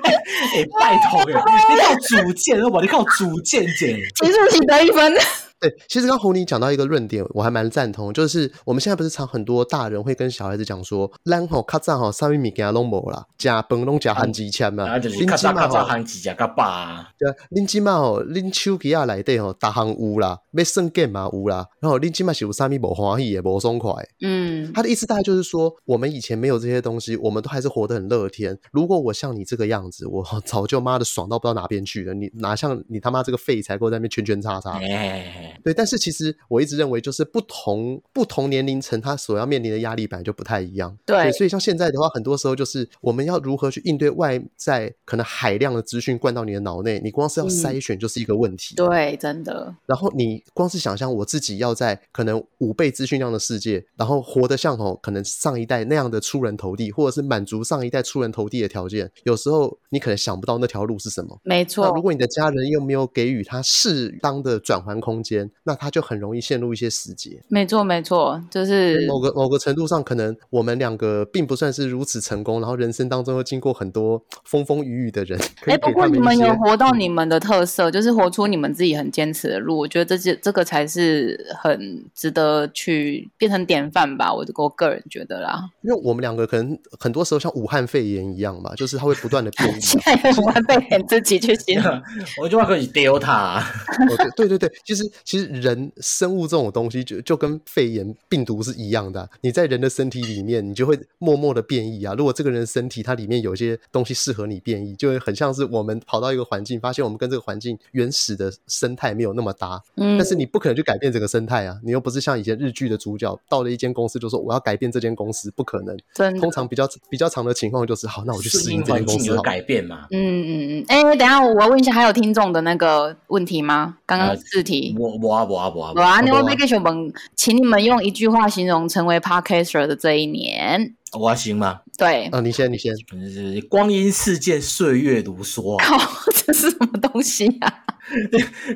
[SPEAKER 2] 哎拜托诶，你靠主见好不好？你靠主见姐，
[SPEAKER 3] 结束题得一分，
[SPEAKER 1] 对，其实刚红你讲到一个论点，我还蛮赞同，就是我们现在不是常很多大人会跟小孩子讲说，咱吼较早吼，啥物物件拢无啦，食饭拢食番薯签嘛，
[SPEAKER 2] 然后啊就是
[SPEAKER 1] 恁
[SPEAKER 2] 咔
[SPEAKER 1] 即
[SPEAKER 2] 嚓
[SPEAKER 1] 嘛
[SPEAKER 2] 咔嚓
[SPEAKER 1] 吼，
[SPEAKER 2] 行几下个爸，
[SPEAKER 1] 对啊，恁即嘛吼，恁手机啊内底吼，逐项有啦，要算计嘛有啦，然后恁即嘛是有啥物无欢喜的，无爽快的。
[SPEAKER 3] 嗯，
[SPEAKER 1] 他的意思大概就是说，我们以前没有这些东西，我们都还是活得很乐天。如果我像你这个样子，我 早就妈的爽到不知道哪边去了。你哪像你他妈这个废材，给我在那边圈圈叉叉。
[SPEAKER 2] 诶，
[SPEAKER 1] 对，但是其实我一直认为，就是不同不同年龄层，他所要面临的压力本来就不太一样。
[SPEAKER 3] 对
[SPEAKER 1] 所以像现在的话，很多时候就是我们要如何去应对外在可能海量的资讯灌到你的脑内，你光是要
[SPEAKER 3] 嗯
[SPEAKER 1] 筛选就是一个问题。
[SPEAKER 3] 对，真的，
[SPEAKER 1] 然后你光是想象我自己要在可能五倍资讯量的世界，然后活得像哦，可能上一代那样的出人头地，或者是满足上一代出人头地的条件，有时候你可能想不到那条路是什么。
[SPEAKER 3] 没
[SPEAKER 1] 那如
[SPEAKER 3] 错，
[SPEAKER 1] 果你的家人又没有给予他适当的转换空间，那他就很容易陷入一些死结。
[SPEAKER 3] 没错，没错，就是
[SPEAKER 1] 某个某个程度上，可能我们两个并不算是如此成功，然后人生当中又经过很多风风雨雨的人，可以
[SPEAKER 3] 哎，不
[SPEAKER 1] 给
[SPEAKER 3] 过
[SPEAKER 1] 他
[SPEAKER 3] 你
[SPEAKER 1] 们
[SPEAKER 3] 们
[SPEAKER 1] 一些嗯
[SPEAKER 3] 有活到你们的特色，就是活出你们自己很坚持的路，我觉得这是这个才是很值得去变成典范吧。我我个人觉得 啦，
[SPEAKER 1] 因为我们两个可能很多时候像武汉肺炎一样嘛，就是它会不断的 变异。
[SPEAKER 3] 现在我还被你自己去 形容，
[SPEAKER 2] 我就话可以丢他，
[SPEAKER 1] 哦，对对对对，其实其实人生物这种东西就就跟肺炎病毒是一样的啊、你在人的身体里面，你就会默默的变异啊。如果这个人的身体它里面有一些东西适合你变异，就会很像是我们跑到一个环境，发现我们跟这个环境原始的生态没有那么搭，
[SPEAKER 3] 嗯
[SPEAKER 1] 但是你不可能去改变整个生态啊。你又不是像以前日剧的主角，到了一间公司就说我要改变这间公司，不可能。
[SPEAKER 3] 真的
[SPEAKER 1] 通。常比较比较长的情况就是，好，那我去适
[SPEAKER 2] 适
[SPEAKER 1] 应
[SPEAKER 2] 应
[SPEAKER 1] 这间
[SPEAKER 2] 环
[SPEAKER 1] 公
[SPEAKER 2] 境
[SPEAKER 1] 司
[SPEAKER 2] 有
[SPEAKER 1] 好了。
[SPEAKER 2] 改变嘛？
[SPEAKER 3] 嗯嗯嗯，哎、等一下我问一下，还有听众的那个问题吗？刚刚试题，
[SPEAKER 2] 我我啊我啊我啊
[SPEAKER 3] 我，啊，那
[SPEAKER 1] 啊好
[SPEAKER 3] 我
[SPEAKER 1] 啊
[SPEAKER 3] 们给我们，请你们用一句话形容成为 podcaster 的这一年。
[SPEAKER 2] 我啊行吗？
[SPEAKER 3] 对，
[SPEAKER 1] 啊，你先，你先。
[SPEAKER 2] 就是光阴似箭，岁月如梭啊！
[SPEAKER 3] 靠， 这是什么东西呀、啊？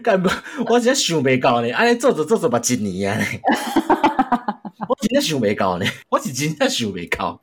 [SPEAKER 2] 干不，我真想袂到呢，安尼做着做着嘛一年啊呢，我真正想袂到呢，我是真正想袂到。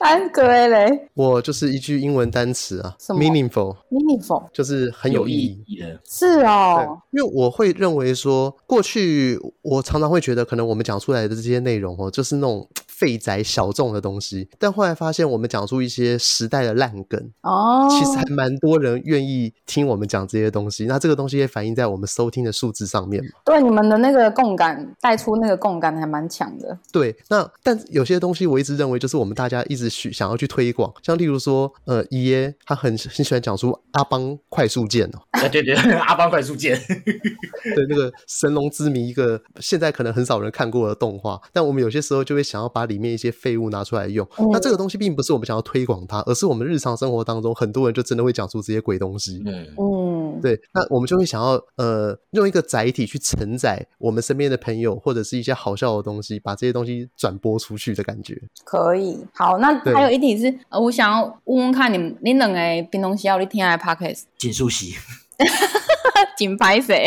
[SPEAKER 3] 安格嘞
[SPEAKER 1] 我就是一句英文单词啊
[SPEAKER 3] 什么
[SPEAKER 1] ，meaningful
[SPEAKER 3] ，meaningful
[SPEAKER 1] 就是很有
[SPEAKER 2] 有
[SPEAKER 1] 意义
[SPEAKER 2] 意。义的。
[SPEAKER 3] 是
[SPEAKER 1] 对
[SPEAKER 3] 哦，，
[SPEAKER 1] 因为我会认为说，过去我常常会觉得，可能我们讲出来的这些内容哦，就是那种废宅小众的东西。但后来发现，我们讲出一些时代的烂梗，
[SPEAKER 3] 哦，
[SPEAKER 1] 其实还蛮多人愿意听我们讲这些东西。那这个东西也反映在我们收听的数字上面嘛。
[SPEAKER 3] 对你们的那个共感带出那个共感还蛮强的，
[SPEAKER 1] 对，那但有些东西我一直认为，就是我们大家一直去想要去推广，像例如说，呃，爷爷他很很喜欢讲出阿邦快速键哦，
[SPEAKER 2] 啊，对对，阿邦快速键，
[SPEAKER 1] 对那个《神龙之谜》，一个现在可能很少人看过的动画，但我们有些时候就会想要把里面一些废物拿出来用。那这个东西并不是我们想要推广它，而是我们日常生活当中很多人就真的会讲出这些鬼东西。
[SPEAKER 2] 嗯，
[SPEAKER 3] 嗯，
[SPEAKER 1] 对，那我们就会想要呃用一个载体去承载我们身边的朋友或者是一些好笑的东西，把这些东西转播出去的感觉。
[SPEAKER 3] 可以。好，那
[SPEAKER 1] 对
[SPEAKER 3] 还有一题是，呃，我想要问问看你们，你两个冰东西要你听的 podcast
[SPEAKER 2] 锦树溪，
[SPEAKER 3] 紧拍 谁？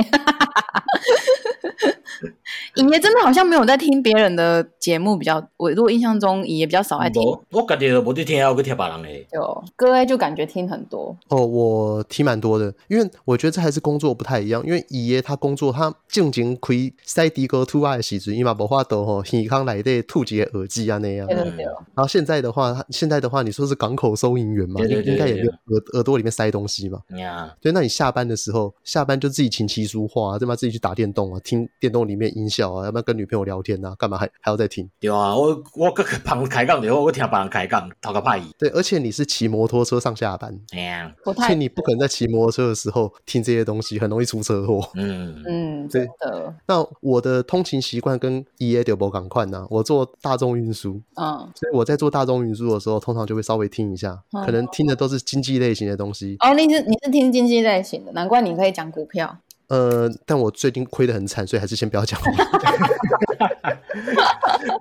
[SPEAKER 3] 尹爷真的好像没有在听别人的节目，比较我如果印象中尹爷比较少在听，
[SPEAKER 2] 无，我家己都无伫听，我去听别人诶。
[SPEAKER 3] 就哥 A 就感觉听很多，
[SPEAKER 1] 哦，我提蛮多的，因为我觉得这还是工作不太一样。因为爷爷他工作，他正经开塞迪哥吐啊的时阵，伊嘛无法度吼，耳康内底吐一个耳机啊那样
[SPEAKER 3] 对。对
[SPEAKER 2] 嗯
[SPEAKER 3] 对，
[SPEAKER 1] 然后现在的话，他现在的话，你说是港口收银员嘛，
[SPEAKER 2] 对对
[SPEAKER 1] 应
[SPEAKER 2] 对
[SPEAKER 1] 应该也
[SPEAKER 2] 对
[SPEAKER 1] 没有耳耳朵里面塞东西嘛。
[SPEAKER 2] 呀，
[SPEAKER 1] 对，那你下班的时候，下班就自己琴棋书画啊，对吗？自己去打电动啊，听电动里面音效啊，要不然跟女朋友聊天啊，干嘛还还要再听？
[SPEAKER 2] 对啊，我我搁去别人开讲着，我搁听别人开讲，头壳歹伊。
[SPEAKER 1] 对，而且你是骑摩托车上下班，
[SPEAKER 2] 哎呀，
[SPEAKER 3] 不
[SPEAKER 1] 所以
[SPEAKER 3] 太
[SPEAKER 1] 你不可能在骑摩托车的时候听这些东西，很容易出车祸。
[SPEAKER 2] 嗯，
[SPEAKER 3] 嗯，
[SPEAKER 1] 对
[SPEAKER 3] 真的，
[SPEAKER 1] 那我的通勤习惯跟 E A 丢博赶快呢，我坐大众运输，
[SPEAKER 3] 嗯，
[SPEAKER 1] 所以我在坐大众运输的时候，通常就会稍微听一下，
[SPEAKER 3] 嗯
[SPEAKER 1] 可能听的都是经济类型的东西。
[SPEAKER 3] 哦，你是你是听经济类型的，难怪你可以讲股票。
[SPEAKER 1] 呃，但我最近亏得很惨，所以还是先不要讲话。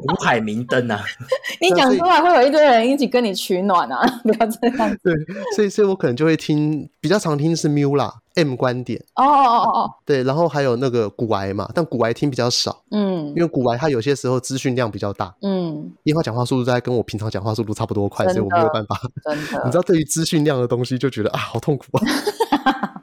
[SPEAKER 2] 五海明灯啊，
[SPEAKER 3] 你讲出来会有一堆人一起跟你取暖啊！ 不要这样。
[SPEAKER 1] 对，所以所以我可能就会听比较常听是 Mula M 观点，
[SPEAKER 3] 哦哦哦哦，
[SPEAKER 1] 对，然后还有那个古癌嘛，但古癌听比较少，
[SPEAKER 3] 嗯
[SPEAKER 1] 因为古癌它有些时候资讯量比较大，
[SPEAKER 3] 嗯，
[SPEAKER 1] 因为它讲话速度在跟我平常讲话速度差不多快，
[SPEAKER 3] 真
[SPEAKER 1] 所
[SPEAKER 3] 的
[SPEAKER 1] 以我没有办法
[SPEAKER 3] 真
[SPEAKER 1] 你
[SPEAKER 3] 的
[SPEAKER 1] 知。道，对于资讯量的东西，就觉得啊，好痛苦 啊。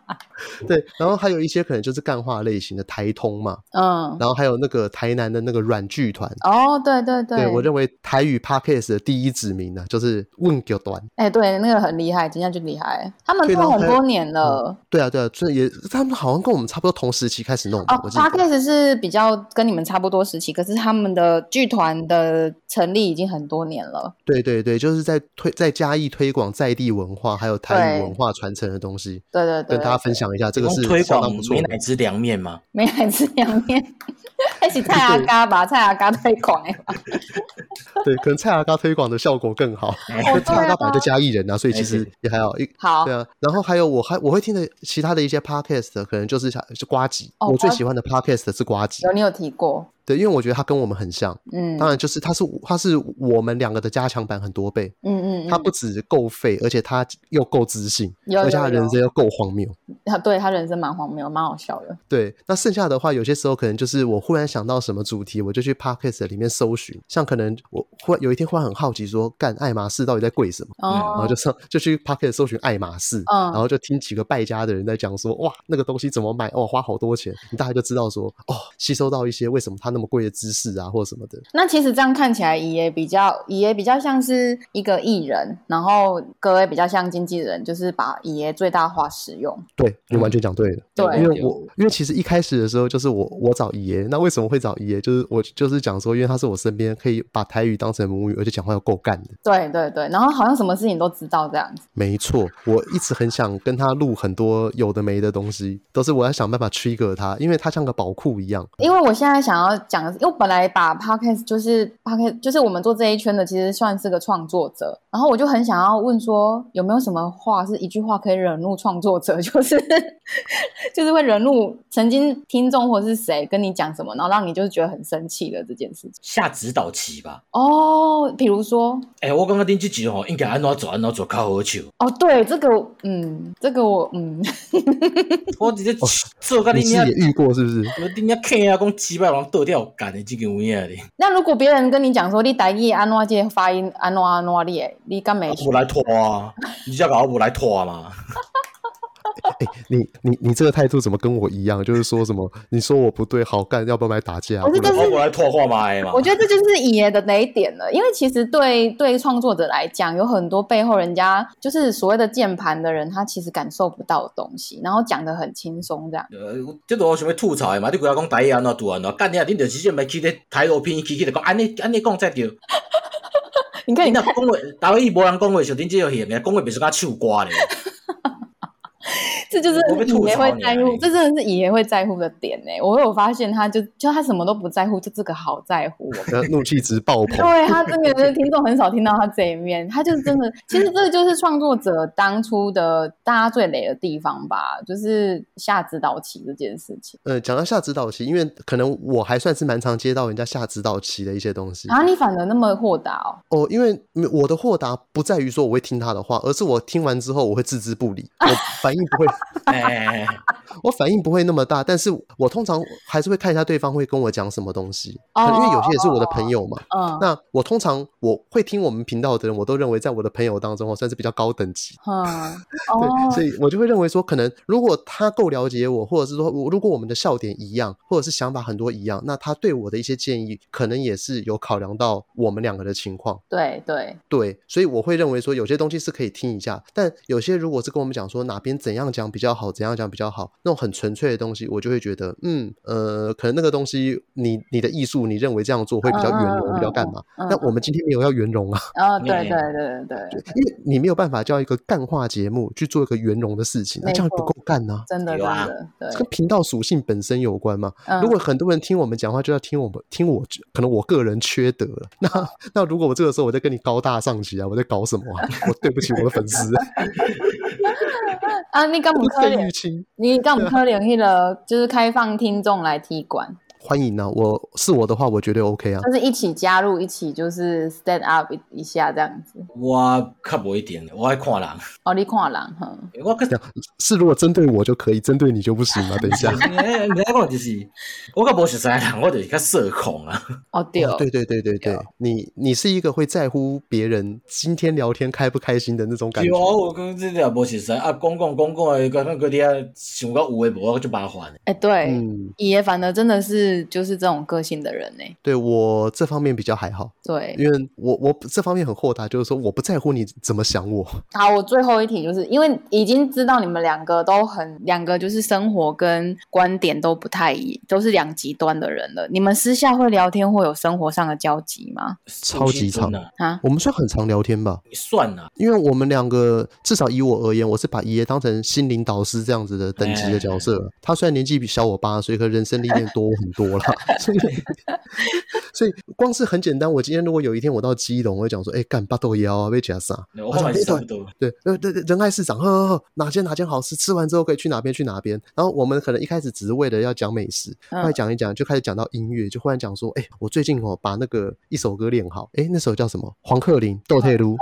[SPEAKER 1] 对，然后还有一些可能就是干话类型的台通嘛，
[SPEAKER 3] 嗯，
[SPEAKER 1] 然后还有那个台南的那个软剧团。
[SPEAKER 3] 哦，对对对，
[SPEAKER 1] 我认为台语 podcast 的第一指名呢，就是问九短。
[SPEAKER 3] 哎、对，那个很厉害，今天就厉害，他们
[SPEAKER 1] 对然
[SPEAKER 3] 做
[SPEAKER 1] 后还
[SPEAKER 3] 很
[SPEAKER 1] 有
[SPEAKER 3] 多年了。
[SPEAKER 1] 对啊，对啊，这也他们好像跟我们差不多同时期开始弄吧，
[SPEAKER 3] 哦
[SPEAKER 1] 嗯我记得。
[SPEAKER 3] ，Podcast 是比较跟你们差不多时期，可是他们的剧团的成立已经很多年了。
[SPEAKER 1] 对对对，就是在推在嘉义推广在地文化，还有台语
[SPEAKER 3] 对
[SPEAKER 1] 文化传承的东西，
[SPEAKER 3] 对对对，
[SPEAKER 1] 跟大家分享一下，这个
[SPEAKER 2] 用
[SPEAKER 1] 是
[SPEAKER 2] 推
[SPEAKER 1] 相
[SPEAKER 2] 广
[SPEAKER 1] 当不错
[SPEAKER 2] 美
[SPEAKER 1] 的
[SPEAKER 2] 乃。滋凉面嘛。
[SPEAKER 3] 没来吃凉面， 一起蔡阿嘎吧，蔡阿嘎推广哎、
[SPEAKER 1] 对，可能蔡阿嘎推广的效果更好。
[SPEAKER 3] 哦
[SPEAKER 1] 蔡阿嘎
[SPEAKER 3] 对
[SPEAKER 1] 本来就嘉义人啊，所以
[SPEAKER 2] 哎
[SPEAKER 1] 其实
[SPEAKER 2] 对
[SPEAKER 1] 也还好。一
[SPEAKER 3] 好
[SPEAKER 1] 对，啊，然后还有我还我会听的其他的一些 podcast，可能就是像是瓜吉，
[SPEAKER 3] 哦
[SPEAKER 1] 我最
[SPEAKER 3] 瓜
[SPEAKER 1] 喜欢的 podcast 是瓜吉
[SPEAKER 3] 有，你有提过，
[SPEAKER 1] 对，因为我觉得他跟我们很像，
[SPEAKER 3] 嗯
[SPEAKER 1] 当
[SPEAKER 3] 嗯
[SPEAKER 1] 然就是他是他是我们两个的加强版很多倍，
[SPEAKER 3] 嗯，嗯
[SPEAKER 1] 他不止够废，而且他又够自信，
[SPEAKER 3] 有
[SPEAKER 1] 而且他
[SPEAKER 3] 有有
[SPEAKER 1] 人生又够荒谬。
[SPEAKER 3] 他对他人生蛮荒谬，蛮好笑的。
[SPEAKER 1] 对，那剩下的话，有些时候可能就是我忽然想到什么主题，我就去 podcast 里面搜寻，像可能我忽然有一天忽然很好奇说，干爱马仕到底在贵什么？嗯然
[SPEAKER 3] 哦，
[SPEAKER 1] 后就上就去 Pocket 搜寻爱马仕，
[SPEAKER 3] 嗯
[SPEAKER 1] 然后就听几个败家的人在讲说，哇，那个东西怎么买？哦，花好多钱，你大概就知道说，哦，吸收到一些为什么它那么贵的知识啊，或什么的。
[SPEAKER 3] 那其实这样看起来，乙也比较，乙也比较像是一个艺人，然后哥也比较像经纪人，就是把乙也最大化使用。
[SPEAKER 1] 对你完全讲对了，
[SPEAKER 3] 嗯对
[SPEAKER 1] 因为我因为其实一开始的时候就是我我找爷爷，那为什么会找爷爷？就是我就是讲说，因为他是我身边可以把台语当成母语，而且讲话又够干的。
[SPEAKER 3] 对对对，然后好像什么事情都知道这样子。
[SPEAKER 1] 没错，我一直很想跟他录很多有的没的东西，都是我要想办法 trigger 他，因为他像个宝库一样。
[SPEAKER 3] 因为我现在想要讲的是，因为我本来把 podcast 就是 podcast 就是我们做这一圈的，其实算是个创作者。然后我就很想要问说，有没有什么话是一句话可以惹怒创作者， 就是就是会惹怒曾经听众或是谁跟你讲什么，然后让你就是觉得很生气的这件事情。
[SPEAKER 2] 下指导棋吧。
[SPEAKER 3] 哦，比如说，
[SPEAKER 2] 诶、我感觉顶即集吼，应该安怎做安怎做较好笑。
[SPEAKER 3] 哦，对，这个，嗯，这个我，嗯，
[SPEAKER 2] 我直接做甲
[SPEAKER 1] 你
[SPEAKER 2] 你
[SPEAKER 1] 是
[SPEAKER 2] 娘
[SPEAKER 1] 哦也，遇过是不是？
[SPEAKER 2] 我你娘看啊，讲鸡巴人倒掉要干的这个物业哩，
[SPEAKER 3] 那如果别人跟你讲说你台语安怎这个发音安怎安怎你的，你敢没
[SPEAKER 2] 啊？无来拖啊，你只搞无来拖嘛。
[SPEAKER 1] 你你你这个态度怎么跟我一样？就是说什么你说我不对，好干，要不要来打架？
[SPEAKER 3] 不
[SPEAKER 1] 然
[SPEAKER 3] 是 但是
[SPEAKER 2] 我来拓话嘛的嘛
[SPEAKER 3] 我，觉得这就是爷爷的雷点了，因为其实对对创作者来讲，有很多背后人家就是所谓的键盘的人，他其实感受不到的东西，然后讲的很轻松这样。
[SPEAKER 2] 呃，即个我想要吐槽的嘛，你规个讲台语安怎拄安怎，干你啊，恁就是这么去咧台罗片起去，就讲安尼安尼讲才对。
[SPEAKER 3] 你看，
[SPEAKER 2] 你
[SPEAKER 3] 你
[SPEAKER 2] 若
[SPEAKER 3] 看，
[SPEAKER 2] 讲话台语无人讲话，像恁这个型的，讲话变成甲唱歌咧。
[SPEAKER 3] 这就是
[SPEAKER 2] 我被吐槽
[SPEAKER 3] 爷爷会在
[SPEAKER 2] 你
[SPEAKER 3] 乎，
[SPEAKER 2] 啊
[SPEAKER 3] 这真的是爷爷会在乎的点呢、我有发现，他就就他什么都不在乎，就这个好在乎哦。
[SPEAKER 1] 后呃怒气值爆棚。
[SPEAKER 3] 对啊他真的是听众很少听到他这一面，他就是真的，其实这个就是创作者当初的大家最雷的地方吧，就是下指导棋这件事情
[SPEAKER 1] 呃，讲到下指导期，因为可能我还算是蛮常接到人家下指导期的一些东西
[SPEAKER 3] 啊，你反而那么豁达哦。
[SPEAKER 1] 哦。因为我的豁达不在于说我会听他的话，而是我听完之后我会置之不 理，我反应不会，
[SPEAKER 2] 哎，
[SPEAKER 1] 我反应不会那么大，但是我通常还是会看一下对方会跟我讲什么东西，
[SPEAKER 3] 哦
[SPEAKER 1] 可能因为有些也是我的朋友嘛。
[SPEAKER 3] 嗯
[SPEAKER 1] 那我通常我会听我们频道的人，我都认为在我的朋友当中，我算是比较高等级。
[SPEAKER 3] 嗯，
[SPEAKER 1] 对，
[SPEAKER 3] 哦，
[SPEAKER 1] 所以我就会认为说，可能如果他够了解我，或者是说我如果我们的笑点一样，或者是想法很多一样，那他对我的一些建议，可能也是有考量到我们两个的情况。
[SPEAKER 3] 对对，
[SPEAKER 1] 对，所以我会认为说，有些东西是可以听一下，但有些如果是跟我们讲说哪边怎样讲比较好，怎样讲比较好，那种很纯粹的东西，我就会觉得，嗯，呃，可能那个东西你你的艺术，你认为这样做会比较圆
[SPEAKER 3] 嗯嗯嗯
[SPEAKER 1] 融，比较干嘛？
[SPEAKER 3] 嗯，
[SPEAKER 1] 但我们今天没有要圆融啊，
[SPEAKER 3] 哦，对
[SPEAKER 2] 嗯
[SPEAKER 3] 对对对对，
[SPEAKER 1] 因为你没有办法叫一个干话节目去做一个圆融的事情，那这样
[SPEAKER 3] 没错
[SPEAKER 1] 不够干啊。
[SPEAKER 3] 真的真
[SPEAKER 2] 有啊
[SPEAKER 3] 的对
[SPEAKER 1] 这，跟频道属性本身有关嘛。
[SPEAKER 3] 嗯
[SPEAKER 1] 如果很多人听我们讲话，就要听我们听我，可能我个人缺德了。 那那如果我这个时候我在跟你高大上起啊，我在搞什么啊？ 我对不起我的粉丝，
[SPEAKER 3] 啊，你敢不可
[SPEAKER 1] 费
[SPEAKER 3] 怜
[SPEAKER 1] 玉，清。
[SPEAKER 3] 你敢不
[SPEAKER 1] 啊
[SPEAKER 3] 可怜迄个就是开放听众来踢馆，
[SPEAKER 1] 欢迎啊！我是我的话，我绝对 OK 啊。
[SPEAKER 3] 就是一起加入，一起就是 stand up 一一下这样子。
[SPEAKER 2] 我较无一定，我爱看人，
[SPEAKER 3] 哦，你看人哼，
[SPEAKER 2] 我较，
[SPEAKER 1] 这样是如果针对我就可以，针对你就不行了。等一下
[SPEAKER 2] 哎，你讲就是，我较无熟悉的人，我就是较社恐啊。
[SPEAKER 3] 哦对
[SPEAKER 1] 哦 对对对对对，你你是一个会在乎别人今天聊天开不开心的那种感
[SPEAKER 2] 对
[SPEAKER 1] 觉。
[SPEAKER 2] 啊，我讲这也无熟悉啊，讲讲讲讲诶，讲讲嗰啲啊，想到有诶无啊，就麻烦的。
[SPEAKER 3] 哎对，
[SPEAKER 1] 嗯，
[SPEAKER 3] 爷爷反而真的是就是这种个性的人呢，
[SPEAKER 1] 对我这方面比较还好，
[SPEAKER 3] 对。
[SPEAKER 1] 因为我我这方面很豁达，就是说我不在乎你怎么想我。
[SPEAKER 3] 好，我最后一题就是因为已经知道你们两个都很两个就是生活跟观点都不太一，都是两极端的人了。你们私下会聊天，会有生活上的交集吗？
[SPEAKER 1] 超级长
[SPEAKER 2] 啊，
[SPEAKER 3] 啊，
[SPEAKER 1] 我们算很常聊天吧，
[SPEAKER 2] 算啦，
[SPEAKER 1] 因为我们两个至少以我而言，我是把爷爷当成心灵导师这样子的等级的角色。他虽然年纪比小我八岁，可人生历练多我很多啦。所以，所以光是很简单，我今天如果有一天我到基隆，我会讲说，哎、干巴豆腰啊，被夹啥？
[SPEAKER 2] 我看嘛是差不多。
[SPEAKER 1] 对，呃，对对，仁爱市场，呵呵呵，哪间哪间好吃，吃完之后可以去哪边去哪边。然后我们可能一开始只是为了要讲美食，后来
[SPEAKER 3] 嗯，
[SPEAKER 1] 讲一讲就开始讲到音乐，就忽然讲说，哎、我最近哦把那个一首歌练好，哎、那首叫什么？黄克林《豆退路》。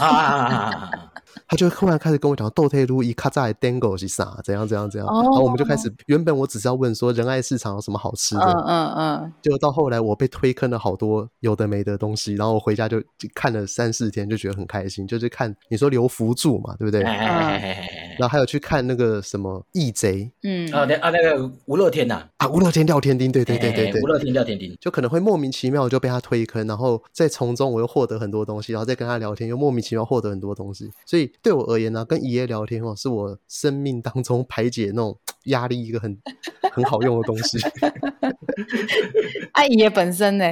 [SPEAKER 2] 啊啊啊啊啊！
[SPEAKER 1] 他就忽然开始跟我讲豆退路一卡在 dango 是啥，怎样怎样怎样，
[SPEAKER 3] 哦
[SPEAKER 1] 然后我们就开始，原本我只是要问说仁爱市场有什么好吃
[SPEAKER 3] 嗯
[SPEAKER 1] 的，
[SPEAKER 3] 嗯嗯，
[SPEAKER 1] 结果到后来我被推坑了好多有的没的东西，然后我回家就就看了三四天，就觉得很开心，就是看你说刘福柱嘛，对不对？
[SPEAKER 2] 哎
[SPEAKER 1] 然
[SPEAKER 2] 哎哎哎哎
[SPEAKER 1] 后还有去看那个什么义贼
[SPEAKER 3] 嗯，
[SPEAKER 2] 啊，那啊那个吴乐天呐，
[SPEAKER 1] 啊，吴乐天廖天丁，对对对对
[SPEAKER 2] 哎
[SPEAKER 1] 对
[SPEAKER 2] 吴。乐天廖天丁，
[SPEAKER 1] 就可能会莫名其妙就被他推坑，然后再从中我又获得很多东西，然后再跟他聊天，又莫名其妙获得很多东西。所以对我而言呢、跟爷爷聊天哦，是我生命当中排解那种压力一个很很好用的东西。
[SPEAKER 3] 啊，爷爷本身呢，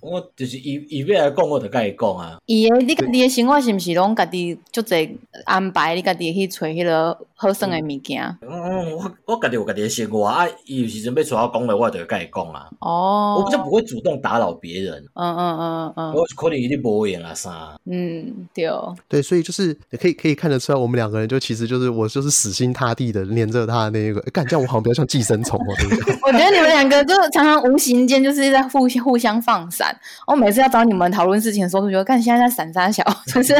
[SPEAKER 2] 我就是伊伊要来讲，我就甲伊讲啊。
[SPEAKER 3] 爷爷你家己的生活是不是拢家己足侪安排？你家己去找迄个好耍的物件？
[SPEAKER 2] 嗯，我我家己有家己的生活啊，伊有时阵要找我讲话，我就会甲伊讲啊。
[SPEAKER 3] 哦，
[SPEAKER 2] 我比较不会主动打扰别人，
[SPEAKER 3] 嗯嗯嗯嗯
[SPEAKER 2] 我可能伊咧无闲啊啥。
[SPEAKER 3] 嗯，对，
[SPEAKER 1] 对，所以就是可以可以看得出来，我们两个人就其实就是我就是死心塌地的黏着他的那一个，诶干这样我好像比较像寄生虫哦，对不对？
[SPEAKER 3] 我觉得你们两个就常常无形间就是在互相互相放闪。我每次要找你们讨论事情的时候，就觉得 看现在在闪杀小，就是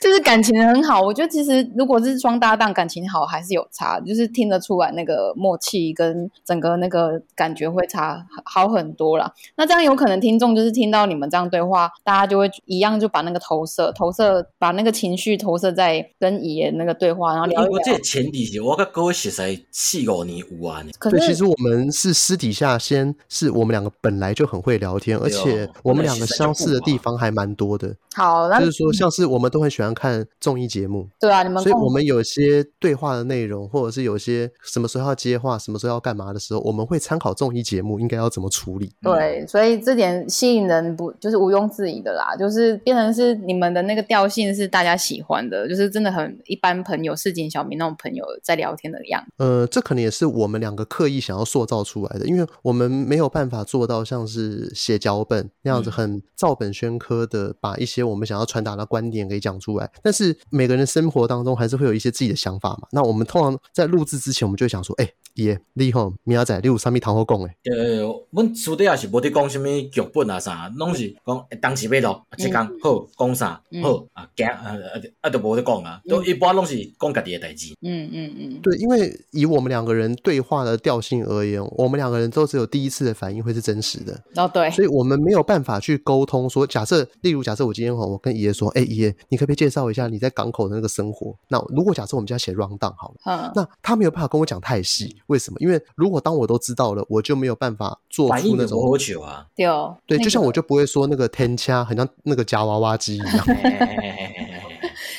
[SPEAKER 3] 就是感情很好。我觉得其实如果是双搭档感情好还是有差，就是听得出来那个默契跟整个那个感觉会差好很多啦。那这样有可能听众就是听到你们这样对话，大家就会一样就把那个投射投射，把那个情绪投射在跟爷爷那个对话，然后聊一
[SPEAKER 2] 我这
[SPEAKER 3] 聊。
[SPEAKER 2] 个前提是我跟各位实在四五年有啊呢。
[SPEAKER 3] 可
[SPEAKER 1] 对，其
[SPEAKER 3] 是
[SPEAKER 1] 实我们是私底下先是我们两个本来就很会聊天，而
[SPEAKER 2] 对哦
[SPEAKER 1] 且我们
[SPEAKER 2] 本来
[SPEAKER 1] 两个
[SPEAKER 2] 其实就
[SPEAKER 1] 相似的
[SPEAKER 2] 不
[SPEAKER 1] 地
[SPEAKER 2] 嘛
[SPEAKER 1] 方还蛮多的。
[SPEAKER 3] 好，那
[SPEAKER 1] 就是说，像是我们都很喜欢看综艺节目，
[SPEAKER 3] 对啊，你们
[SPEAKER 1] 所以
[SPEAKER 3] 共
[SPEAKER 1] 我们有些对话的内容，或者是有些什么时候要接话、什么时候要干嘛的时候，我们会参考综艺节目应该要怎么处理。
[SPEAKER 3] 对，所以这点吸引人不就是毋庸置疑的啦，就是变成是你们的那个调性是大家喜欢的，就是真的很一般朋友、市井小民那种朋友在聊天的样子。
[SPEAKER 1] 呃，这可能也是我们两个刻意想要塑造出来的，因为我们没有办法做到像是写脚本那样子
[SPEAKER 2] 嗯
[SPEAKER 1] 很照本宣科的把一些我们想要传达的观点给讲出来。但是每个人生活当中还是会有一些自己的想法嘛。那我们通常在录制之前，我们就会想说，哎、耶，你吼，明仔载你有啥咪堂好讲诶？
[SPEAKER 2] 呃，阮私底下是无伫讲啥物剧本啊啥，拢是讲欸当时要录，啊即工好讲啥
[SPEAKER 3] 嗯
[SPEAKER 2] 好啊，行啊啊啊都无咧讲啊，都
[SPEAKER 3] 嗯
[SPEAKER 2] 一般拢是讲家己诶代志。
[SPEAKER 3] 嗯嗯嗯，
[SPEAKER 1] 对，因为以我们两个人对话的调性而言，我们两个人都只有第一次的反应会是真实的，
[SPEAKER 3] 哦对，
[SPEAKER 1] 所以我们没有办法去沟通说，假设，例如假设我今天哦，我跟爷爷说，哎、爷爷，你可不可以介绍一下你在港口的那个生活？那如果假设我们家写 round down 好了。
[SPEAKER 3] 嗯，
[SPEAKER 1] 那他没有办法跟我讲太细，为什么？因为如果当我都知道了，我就没有办法做
[SPEAKER 2] 反
[SPEAKER 1] 出
[SPEAKER 2] 应
[SPEAKER 1] 那
[SPEAKER 2] 就无
[SPEAKER 1] 种
[SPEAKER 2] 好笑啊！
[SPEAKER 3] 对哦
[SPEAKER 1] 对，
[SPEAKER 3] 那
[SPEAKER 1] 就像
[SPEAKER 3] 个
[SPEAKER 1] 我就不会说那个天掐，很像那个夹娃娃机一样。
[SPEAKER 2] 嘿嘿嘿嘿嘿嘿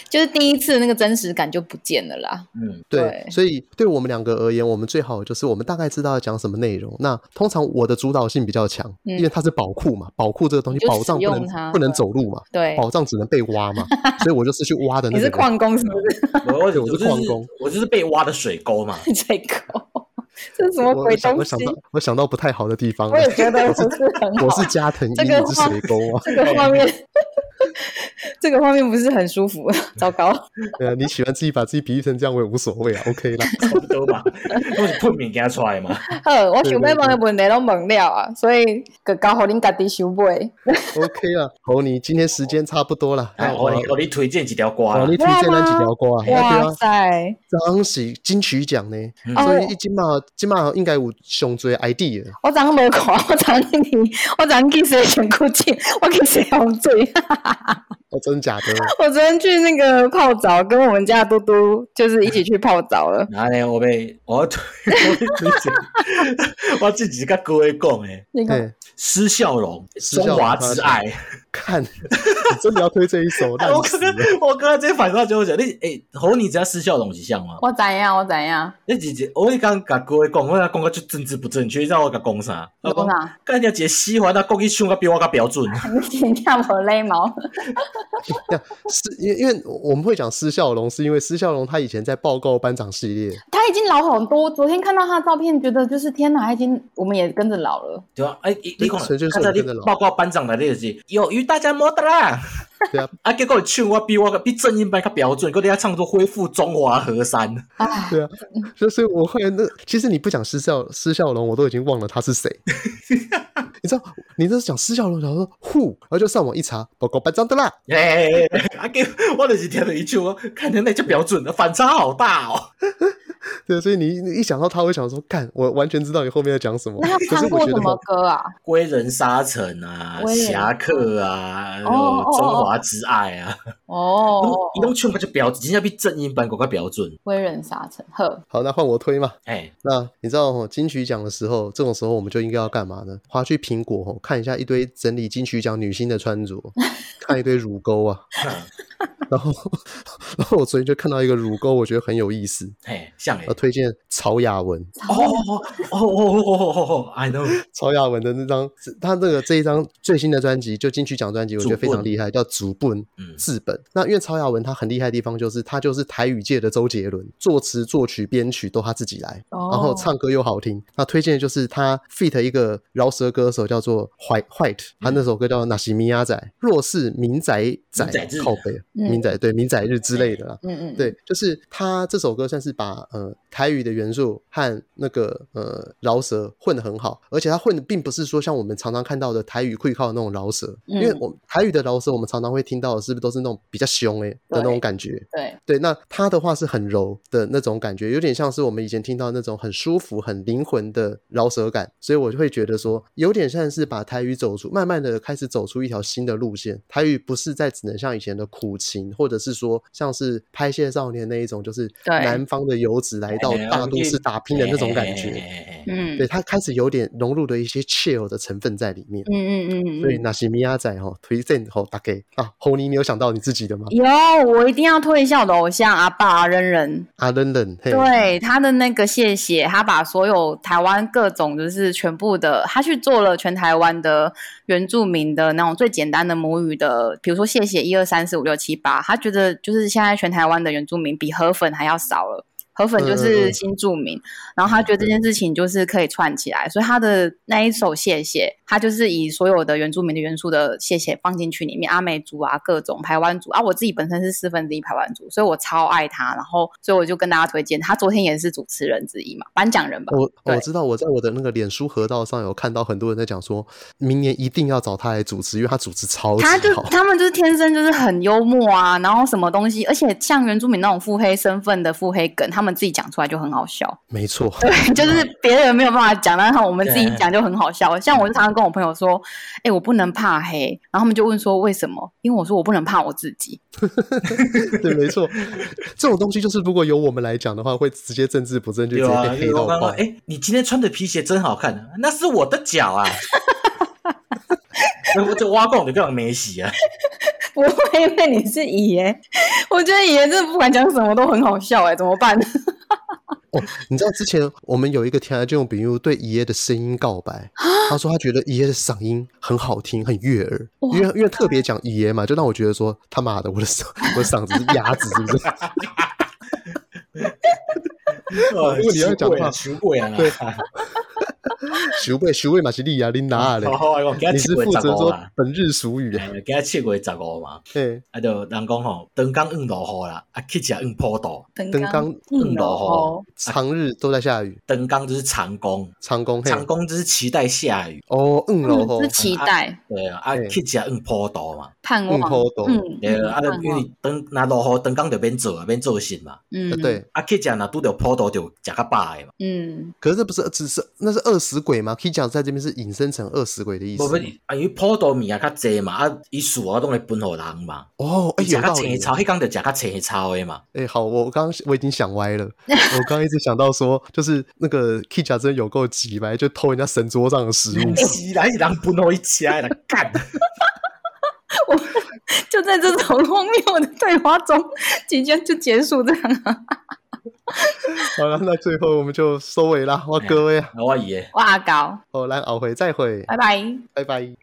[SPEAKER 3] 就是第一次那个真实感就不见了啦。
[SPEAKER 2] 嗯，
[SPEAKER 1] 对
[SPEAKER 3] 对，
[SPEAKER 1] 所以对我们两个而言，我们最好就是我们大概知道要讲什么内容。那通常我的主导性比较强，
[SPEAKER 3] 嗯
[SPEAKER 1] 因为它是宝库嘛，宝库这个东
[SPEAKER 3] 你就
[SPEAKER 1] 西宝藏
[SPEAKER 3] 使
[SPEAKER 1] 不
[SPEAKER 3] 用
[SPEAKER 1] 能
[SPEAKER 3] 它
[SPEAKER 1] 不能
[SPEAKER 3] 对
[SPEAKER 1] 走路嘛，
[SPEAKER 3] 对，
[SPEAKER 1] 宝藏只能被挖 嘛，所以我就是去挖哦的那
[SPEAKER 3] 你
[SPEAKER 1] 个
[SPEAKER 3] 是
[SPEAKER 1] 人。
[SPEAKER 3] 矿工是不是？
[SPEAKER 2] 我我
[SPEAKER 1] 对我
[SPEAKER 2] 就是
[SPEAKER 1] 矿工
[SPEAKER 2] 我就是被挖的水沟嘛。
[SPEAKER 3] 这个这是什么
[SPEAKER 1] 我
[SPEAKER 3] 鬼
[SPEAKER 1] 想
[SPEAKER 3] 东
[SPEAKER 1] 我
[SPEAKER 3] 西
[SPEAKER 1] 想？到我想到不太好的地方了
[SPEAKER 3] 我，也觉得不是很好。
[SPEAKER 1] 我是加藤鹰，
[SPEAKER 3] 这个
[SPEAKER 1] 你是
[SPEAKER 3] 话。
[SPEAKER 1] 水沟啊
[SPEAKER 3] 这个画面，这个画面不是很舒服， 糟糕。
[SPEAKER 1] 对啊，你喜欢自己把自己比喻成这样，我也无所谓啊，OK 啦。
[SPEAKER 2] 差不多吧，我是喷物件出来嘛。
[SPEAKER 3] 好，我
[SPEAKER 1] 对
[SPEAKER 3] 想
[SPEAKER 1] 对
[SPEAKER 3] 要问的问题拢问了啊，所以就交互恁家己收尾。
[SPEAKER 1] OK 啊，侯尼，今天时间差不多 了，
[SPEAKER 2] 哎，
[SPEAKER 1] 那
[SPEAKER 2] 我
[SPEAKER 1] 我
[SPEAKER 2] 你我你推荐一条歌啦
[SPEAKER 1] 我，你推
[SPEAKER 3] 哇
[SPEAKER 1] 荐那几
[SPEAKER 3] 吗
[SPEAKER 1] 条歌啊？对
[SPEAKER 3] 哇
[SPEAKER 1] 啊，
[SPEAKER 3] 塞！
[SPEAKER 1] 张是金曲奖呢。
[SPEAKER 2] 嗯
[SPEAKER 3] 哦
[SPEAKER 1] 所以即嘛即嘛应该有上最 ID 的，
[SPEAKER 3] 我昨昏无看， 我昨昏去，我昨昏去洗身躯浸，我去洗红水。
[SPEAKER 1] 哦，真假的？
[SPEAKER 3] 我昨天去那个泡澡，跟我们家的嘟嘟就是一起去泡澡了。
[SPEAKER 2] 然后呢，我被我要推我要推荐，我自己跟各位讲诶，
[SPEAKER 3] 那个
[SPEAKER 1] 哎，
[SPEAKER 2] 施笑容，
[SPEAKER 1] 施笑
[SPEAKER 2] 中
[SPEAKER 1] 容
[SPEAKER 2] 华之爱。
[SPEAKER 1] 看， 你真的要推这一首，
[SPEAKER 2] 哎我
[SPEAKER 1] 烂死
[SPEAKER 2] 刚刚
[SPEAKER 1] 了！
[SPEAKER 2] 我刚刚在反过来就讲，你诶，和你知道施笑容是像吗？
[SPEAKER 3] 我知影，我知
[SPEAKER 1] 哦
[SPEAKER 3] 影。
[SPEAKER 2] 你直接我刚刚各位讲，我讲个就政治不正确，你知道我甲讲啥？
[SPEAKER 3] 你讲啥？
[SPEAKER 2] 干掉一个西环，他国语唱个比我较标准。
[SPEAKER 3] 你看我勒毛。
[SPEAKER 1] 是因为因为我们会讲施孝荣，是因为施孝荣他以前在报告班长系列，
[SPEAKER 3] 他已经老好多，昨天看到他的照片，觉得就是天哪，他已经我们也跟着老了。
[SPEAKER 2] 对啊，哎，你
[SPEAKER 1] 对
[SPEAKER 2] 你讲
[SPEAKER 1] 所以就是，
[SPEAKER 2] 刚才你
[SPEAKER 1] 我真的老
[SPEAKER 2] 报告班长来的就是有与大家摩得啦。
[SPEAKER 1] 对啊，
[SPEAKER 2] 啊，结果你唱我比我比正音班较标准，佮你还唱出恢复中华河山。
[SPEAKER 3] 唉，
[SPEAKER 1] 对啊，所以所以我会那其实你不讲施孝施孝荣，我都已经忘了他是谁。 你知道，你那时候讲施孝荣，然后说 who，然后就上网一查，报告班长的啦，
[SPEAKER 2] 哎，啊，给我就是听到一句，我看着那就标准了，反差好大哦。
[SPEAKER 1] 对，所以你你一想到他，我会想说，干，我完全知道你后面要讲什么。
[SPEAKER 3] 那他
[SPEAKER 1] 可是
[SPEAKER 3] 唱
[SPEAKER 1] 我
[SPEAKER 3] 过
[SPEAKER 1] 觉
[SPEAKER 3] 什
[SPEAKER 1] 得
[SPEAKER 3] 么歌啊？
[SPEAKER 2] 归人沙城啊，
[SPEAKER 3] 归人
[SPEAKER 2] 侠客啊，
[SPEAKER 3] 哦
[SPEAKER 2] 呃
[SPEAKER 3] 哦哦
[SPEAKER 2] 中华之爱啊，
[SPEAKER 3] 哦，
[SPEAKER 2] 伊拢唱个就标准，真正比正音班国较标准。
[SPEAKER 3] 归人沙城，呵，
[SPEAKER 1] 好，那换我推嘛。
[SPEAKER 2] 哎，
[SPEAKER 1] 那你知道哦，金曲奖的时候，这种时候我们就应该要干嘛呢？花去苹果哦，看一下一堆整理金曲奖女星的穿着， 看一堆乳沟啊。然后，然后我昨天就看到一个乳沟，我觉得很有意思，
[SPEAKER 2] 哎，像哎
[SPEAKER 1] 要，推荐曹雅文。
[SPEAKER 2] 哦哦哦哦哦哦哦，I know，
[SPEAKER 1] 曹雅文的那张，他那个这一张最新的专辑，就金曲奖专辑，我觉得非常厉害，叫《祖本
[SPEAKER 2] 嗯》
[SPEAKER 1] 治本。那因为曹雅文他很厉害的地方，就是他就是台语界的周杰伦，作词、作曲、编曲都他自己来。
[SPEAKER 3] 哦
[SPEAKER 1] 然后唱歌又好听。那推荐的就是他 feat 一个饶舌歌手叫做 White White，他那首歌叫《纳西米亚仔》，若是民宅仔
[SPEAKER 2] 民宅日
[SPEAKER 1] 靠北，啊
[SPEAKER 3] 嗯
[SPEAKER 1] 民宅对民宅日之类的啦。
[SPEAKER 3] 嗯嗯，
[SPEAKER 1] 对，就是他这首歌算是把呃台语的元素和那个呃饶舌混得很好，而且他混的并不是说像我们常常看到的台语会靠那种饶舌，因为
[SPEAKER 3] 嗯
[SPEAKER 1] 我们台语的饶舌，我们常常会听到的是不是都是那种比较凶诶、的那种感觉。
[SPEAKER 3] 对，
[SPEAKER 1] 对，那它的话是很柔的那种感觉，有点像是我们以前听到那种很舒服、很灵魂的饶舌感，所以我就会觉得说，有点像是把台语走出，慢慢的开始走出一条新的路线。台语不是再只能像以前的苦情，或者是说像是拍谢少年那一种，就是
[SPEAKER 3] 对
[SPEAKER 1] 南方的游子来到
[SPEAKER 2] 哎呀
[SPEAKER 1] 大都市打拼的那种感
[SPEAKER 2] 嘿嘿
[SPEAKER 1] 觉。
[SPEAKER 2] 嘿嘿嘿
[SPEAKER 3] 嗯，
[SPEAKER 1] 对，它开始有点融入了一些 chill 的成分在里面。
[SPEAKER 3] 嗯嗯嗯嗯
[SPEAKER 1] 所以那些米亚仔哈推荐吼大概啊，红尼，你有想到你自己的吗？
[SPEAKER 3] 有，我一定要推一下我的偶像阿爸阿扔人，
[SPEAKER 1] 阿冷冷，嘿，
[SPEAKER 3] 对他的那个谢谢，他把所有台湾各种就是全部的，他去做了全台湾的原住民的那种最简单的母语的，比如说谢谢一二三四五六七八，他觉得就是现在全台湾的原住民比河粉还要少了。河粉就
[SPEAKER 1] 嗯嗯
[SPEAKER 3] 是
[SPEAKER 1] 嗯
[SPEAKER 3] 新住民，然后他觉得这件事情就是可以串起来，所以他的那一首《谢谢》，他就是以所有的原住民的元素的“谢谢”放进去里面，阿美族啊，各种排湾族啊，我自己本身是四分之一排湾族，所以我超爱他，然后所以我就跟大家推荐，他昨天也是主持人之一嘛，颁奖人吧，
[SPEAKER 1] 我我
[SPEAKER 3] 对
[SPEAKER 1] 知道，我在我的那个脸书河道上有看到很多人在讲说，明年一定要找他来主持，因为他主持超级
[SPEAKER 3] 他就
[SPEAKER 1] 哦好。
[SPEAKER 3] 他们就是天生就是很幽默啊，然后什么东西，而且像原住民那种腹黑身份的腹黑梗，他们自己讲出来就很好笑。
[SPEAKER 1] 没错，
[SPEAKER 3] 就是别人没有办法讲，但是我们自己讲就很好笑。像我就常常跟我朋友说：“哎、我不能怕黑。”然后他们就问说：“为什么？”因为我说我不能怕我自己。
[SPEAKER 1] 对，没错，这种东西就是如果由我们来讲的话，会直接政治不正确，直
[SPEAKER 2] 对
[SPEAKER 1] 接
[SPEAKER 2] 啊，
[SPEAKER 1] 被黑
[SPEAKER 2] 我
[SPEAKER 1] 到
[SPEAKER 2] 刚刚
[SPEAKER 1] 爆。
[SPEAKER 2] 哎，你今天穿的皮鞋真好看，那是我的脚啊！ 我这挖矿就叫梅西 啊！
[SPEAKER 3] 不会，因为你是乙耶，我觉得乙耶真的不管讲什么都很好笑哎、怎么 办？
[SPEAKER 1] 哦，你知道之前我们有一个天然就用比喻对爷爷的声音告白，
[SPEAKER 3] 啊
[SPEAKER 1] 他说他觉得爷爷的嗓音很好听，很悦耳，
[SPEAKER 3] 哇
[SPEAKER 1] 因为因为特别讲爷爷嘛，就让我觉得说他妈的我的嗓我的嗓子是鸭子，是不 是？如果你要讲的话
[SPEAKER 2] 球鬼啊，
[SPEAKER 1] 对徐卫徐卫马西利亚琳达嘞
[SPEAKER 2] 好，好啊，我给他
[SPEAKER 1] 你
[SPEAKER 2] 七
[SPEAKER 1] 是
[SPEAKER 2] 月
[SPEAKER 1] 负
[SPEAKER 2] 十
[SPEAKER 1] 责
[SPEAKER 2] 五
[SPEAKER 1] 说
[SPEAKER 2] 啦，
[SPEAKER 1] 本日俗语啊，
[SPEAKER 2] 哎给他七月十五嘛，
[SPEAKER 1] 嘿，
[SPEAKER 2] 啊，就人讲吼，灯光硬落雨啦，啊，去吃硬坡道，
[SPEAKER 3] 登
[SPEAKER 1] 登纲
[SPEAKER 3] 硬
[SPEAKER 2] 楼
[SPEAKER 3] 哦
[SPEAKER 2] 哦，
[SPEAKER 1] 长日都在下雨，
[SPEAKER 2] 灯光就是长工，
[SPEAKER 1] 长工嘿，
[SPEAKER 2] 长工就是期待下雨，
[SPEAKER 1] 哦，嗯喽吼
[SPEAKER 3] 嗯，是，期待
[SPEAKER 2] 对啊，啊，
[SPEAKER 1] 对
[SPEAKER 2] 去吃硬坡道嘛，
[SPEAKER 3] 盼望
[SPEAKER 1] 嗯偷懂，
[SPEAKER 2] 对
[SPEAKER 3] 嗯
[SPEAKER 2] 啊，啊，就因为灯若落雨，灯光就免做啊，免做事嘛，
[SPEAKER 1] 呃
[SPEAKER 3] 嗯，
[SPEAKER 1] 对，
[SPEAKER 2] 啊，去吃若拄着坡道就食较饱的嘛，
[SPEAKER 3] 嗯，
[SPEAKER 1] 可是这不是只是那是饿死鬼吗？可以讲在这边是引申成饿死鬼的意思
[SPEAKER 2] 无
[SPEAKER 1] 吗。
[SPEAKER 2] 不，啊，因为坡道物件较济嘛，啊，伊树啊拢会分互人嘛，
[SPEAKER 1] 哦，哎，
[SPEAKER 2] 伊食
[SPEAKER 1] 有
[SPEAKER 2] 较
[SPEAKER 1] 道
[SPEAKER 2] 青
[SPEAKER 1] 理。
[SPEAKER 2] 草，迄工就食较青草的嘛，
[SPEAKER 1] 哎，好，我刚我已经想歪了，我刚一直想到说，就是那个 K 甲真的有够急白，就偷人家神桌上的食物。
[SPEAKER 2] 是啦，迄人分互伊食的 啦，干。
[SPEAKER 3] 就在这种荒谬的对话中， 即将就结束这样啊！
[SPEAKER 1] 好了，那最后我们就收尾啦，哇，各位啊，
[SPEAKER 2] 我也。
[SPEAKER 3] 哇，搞，
[SPEAKER 1] 好，来熬回再会，
[SPEAKER 3] 拜拜。
[SPEAKER 1] 拜拜。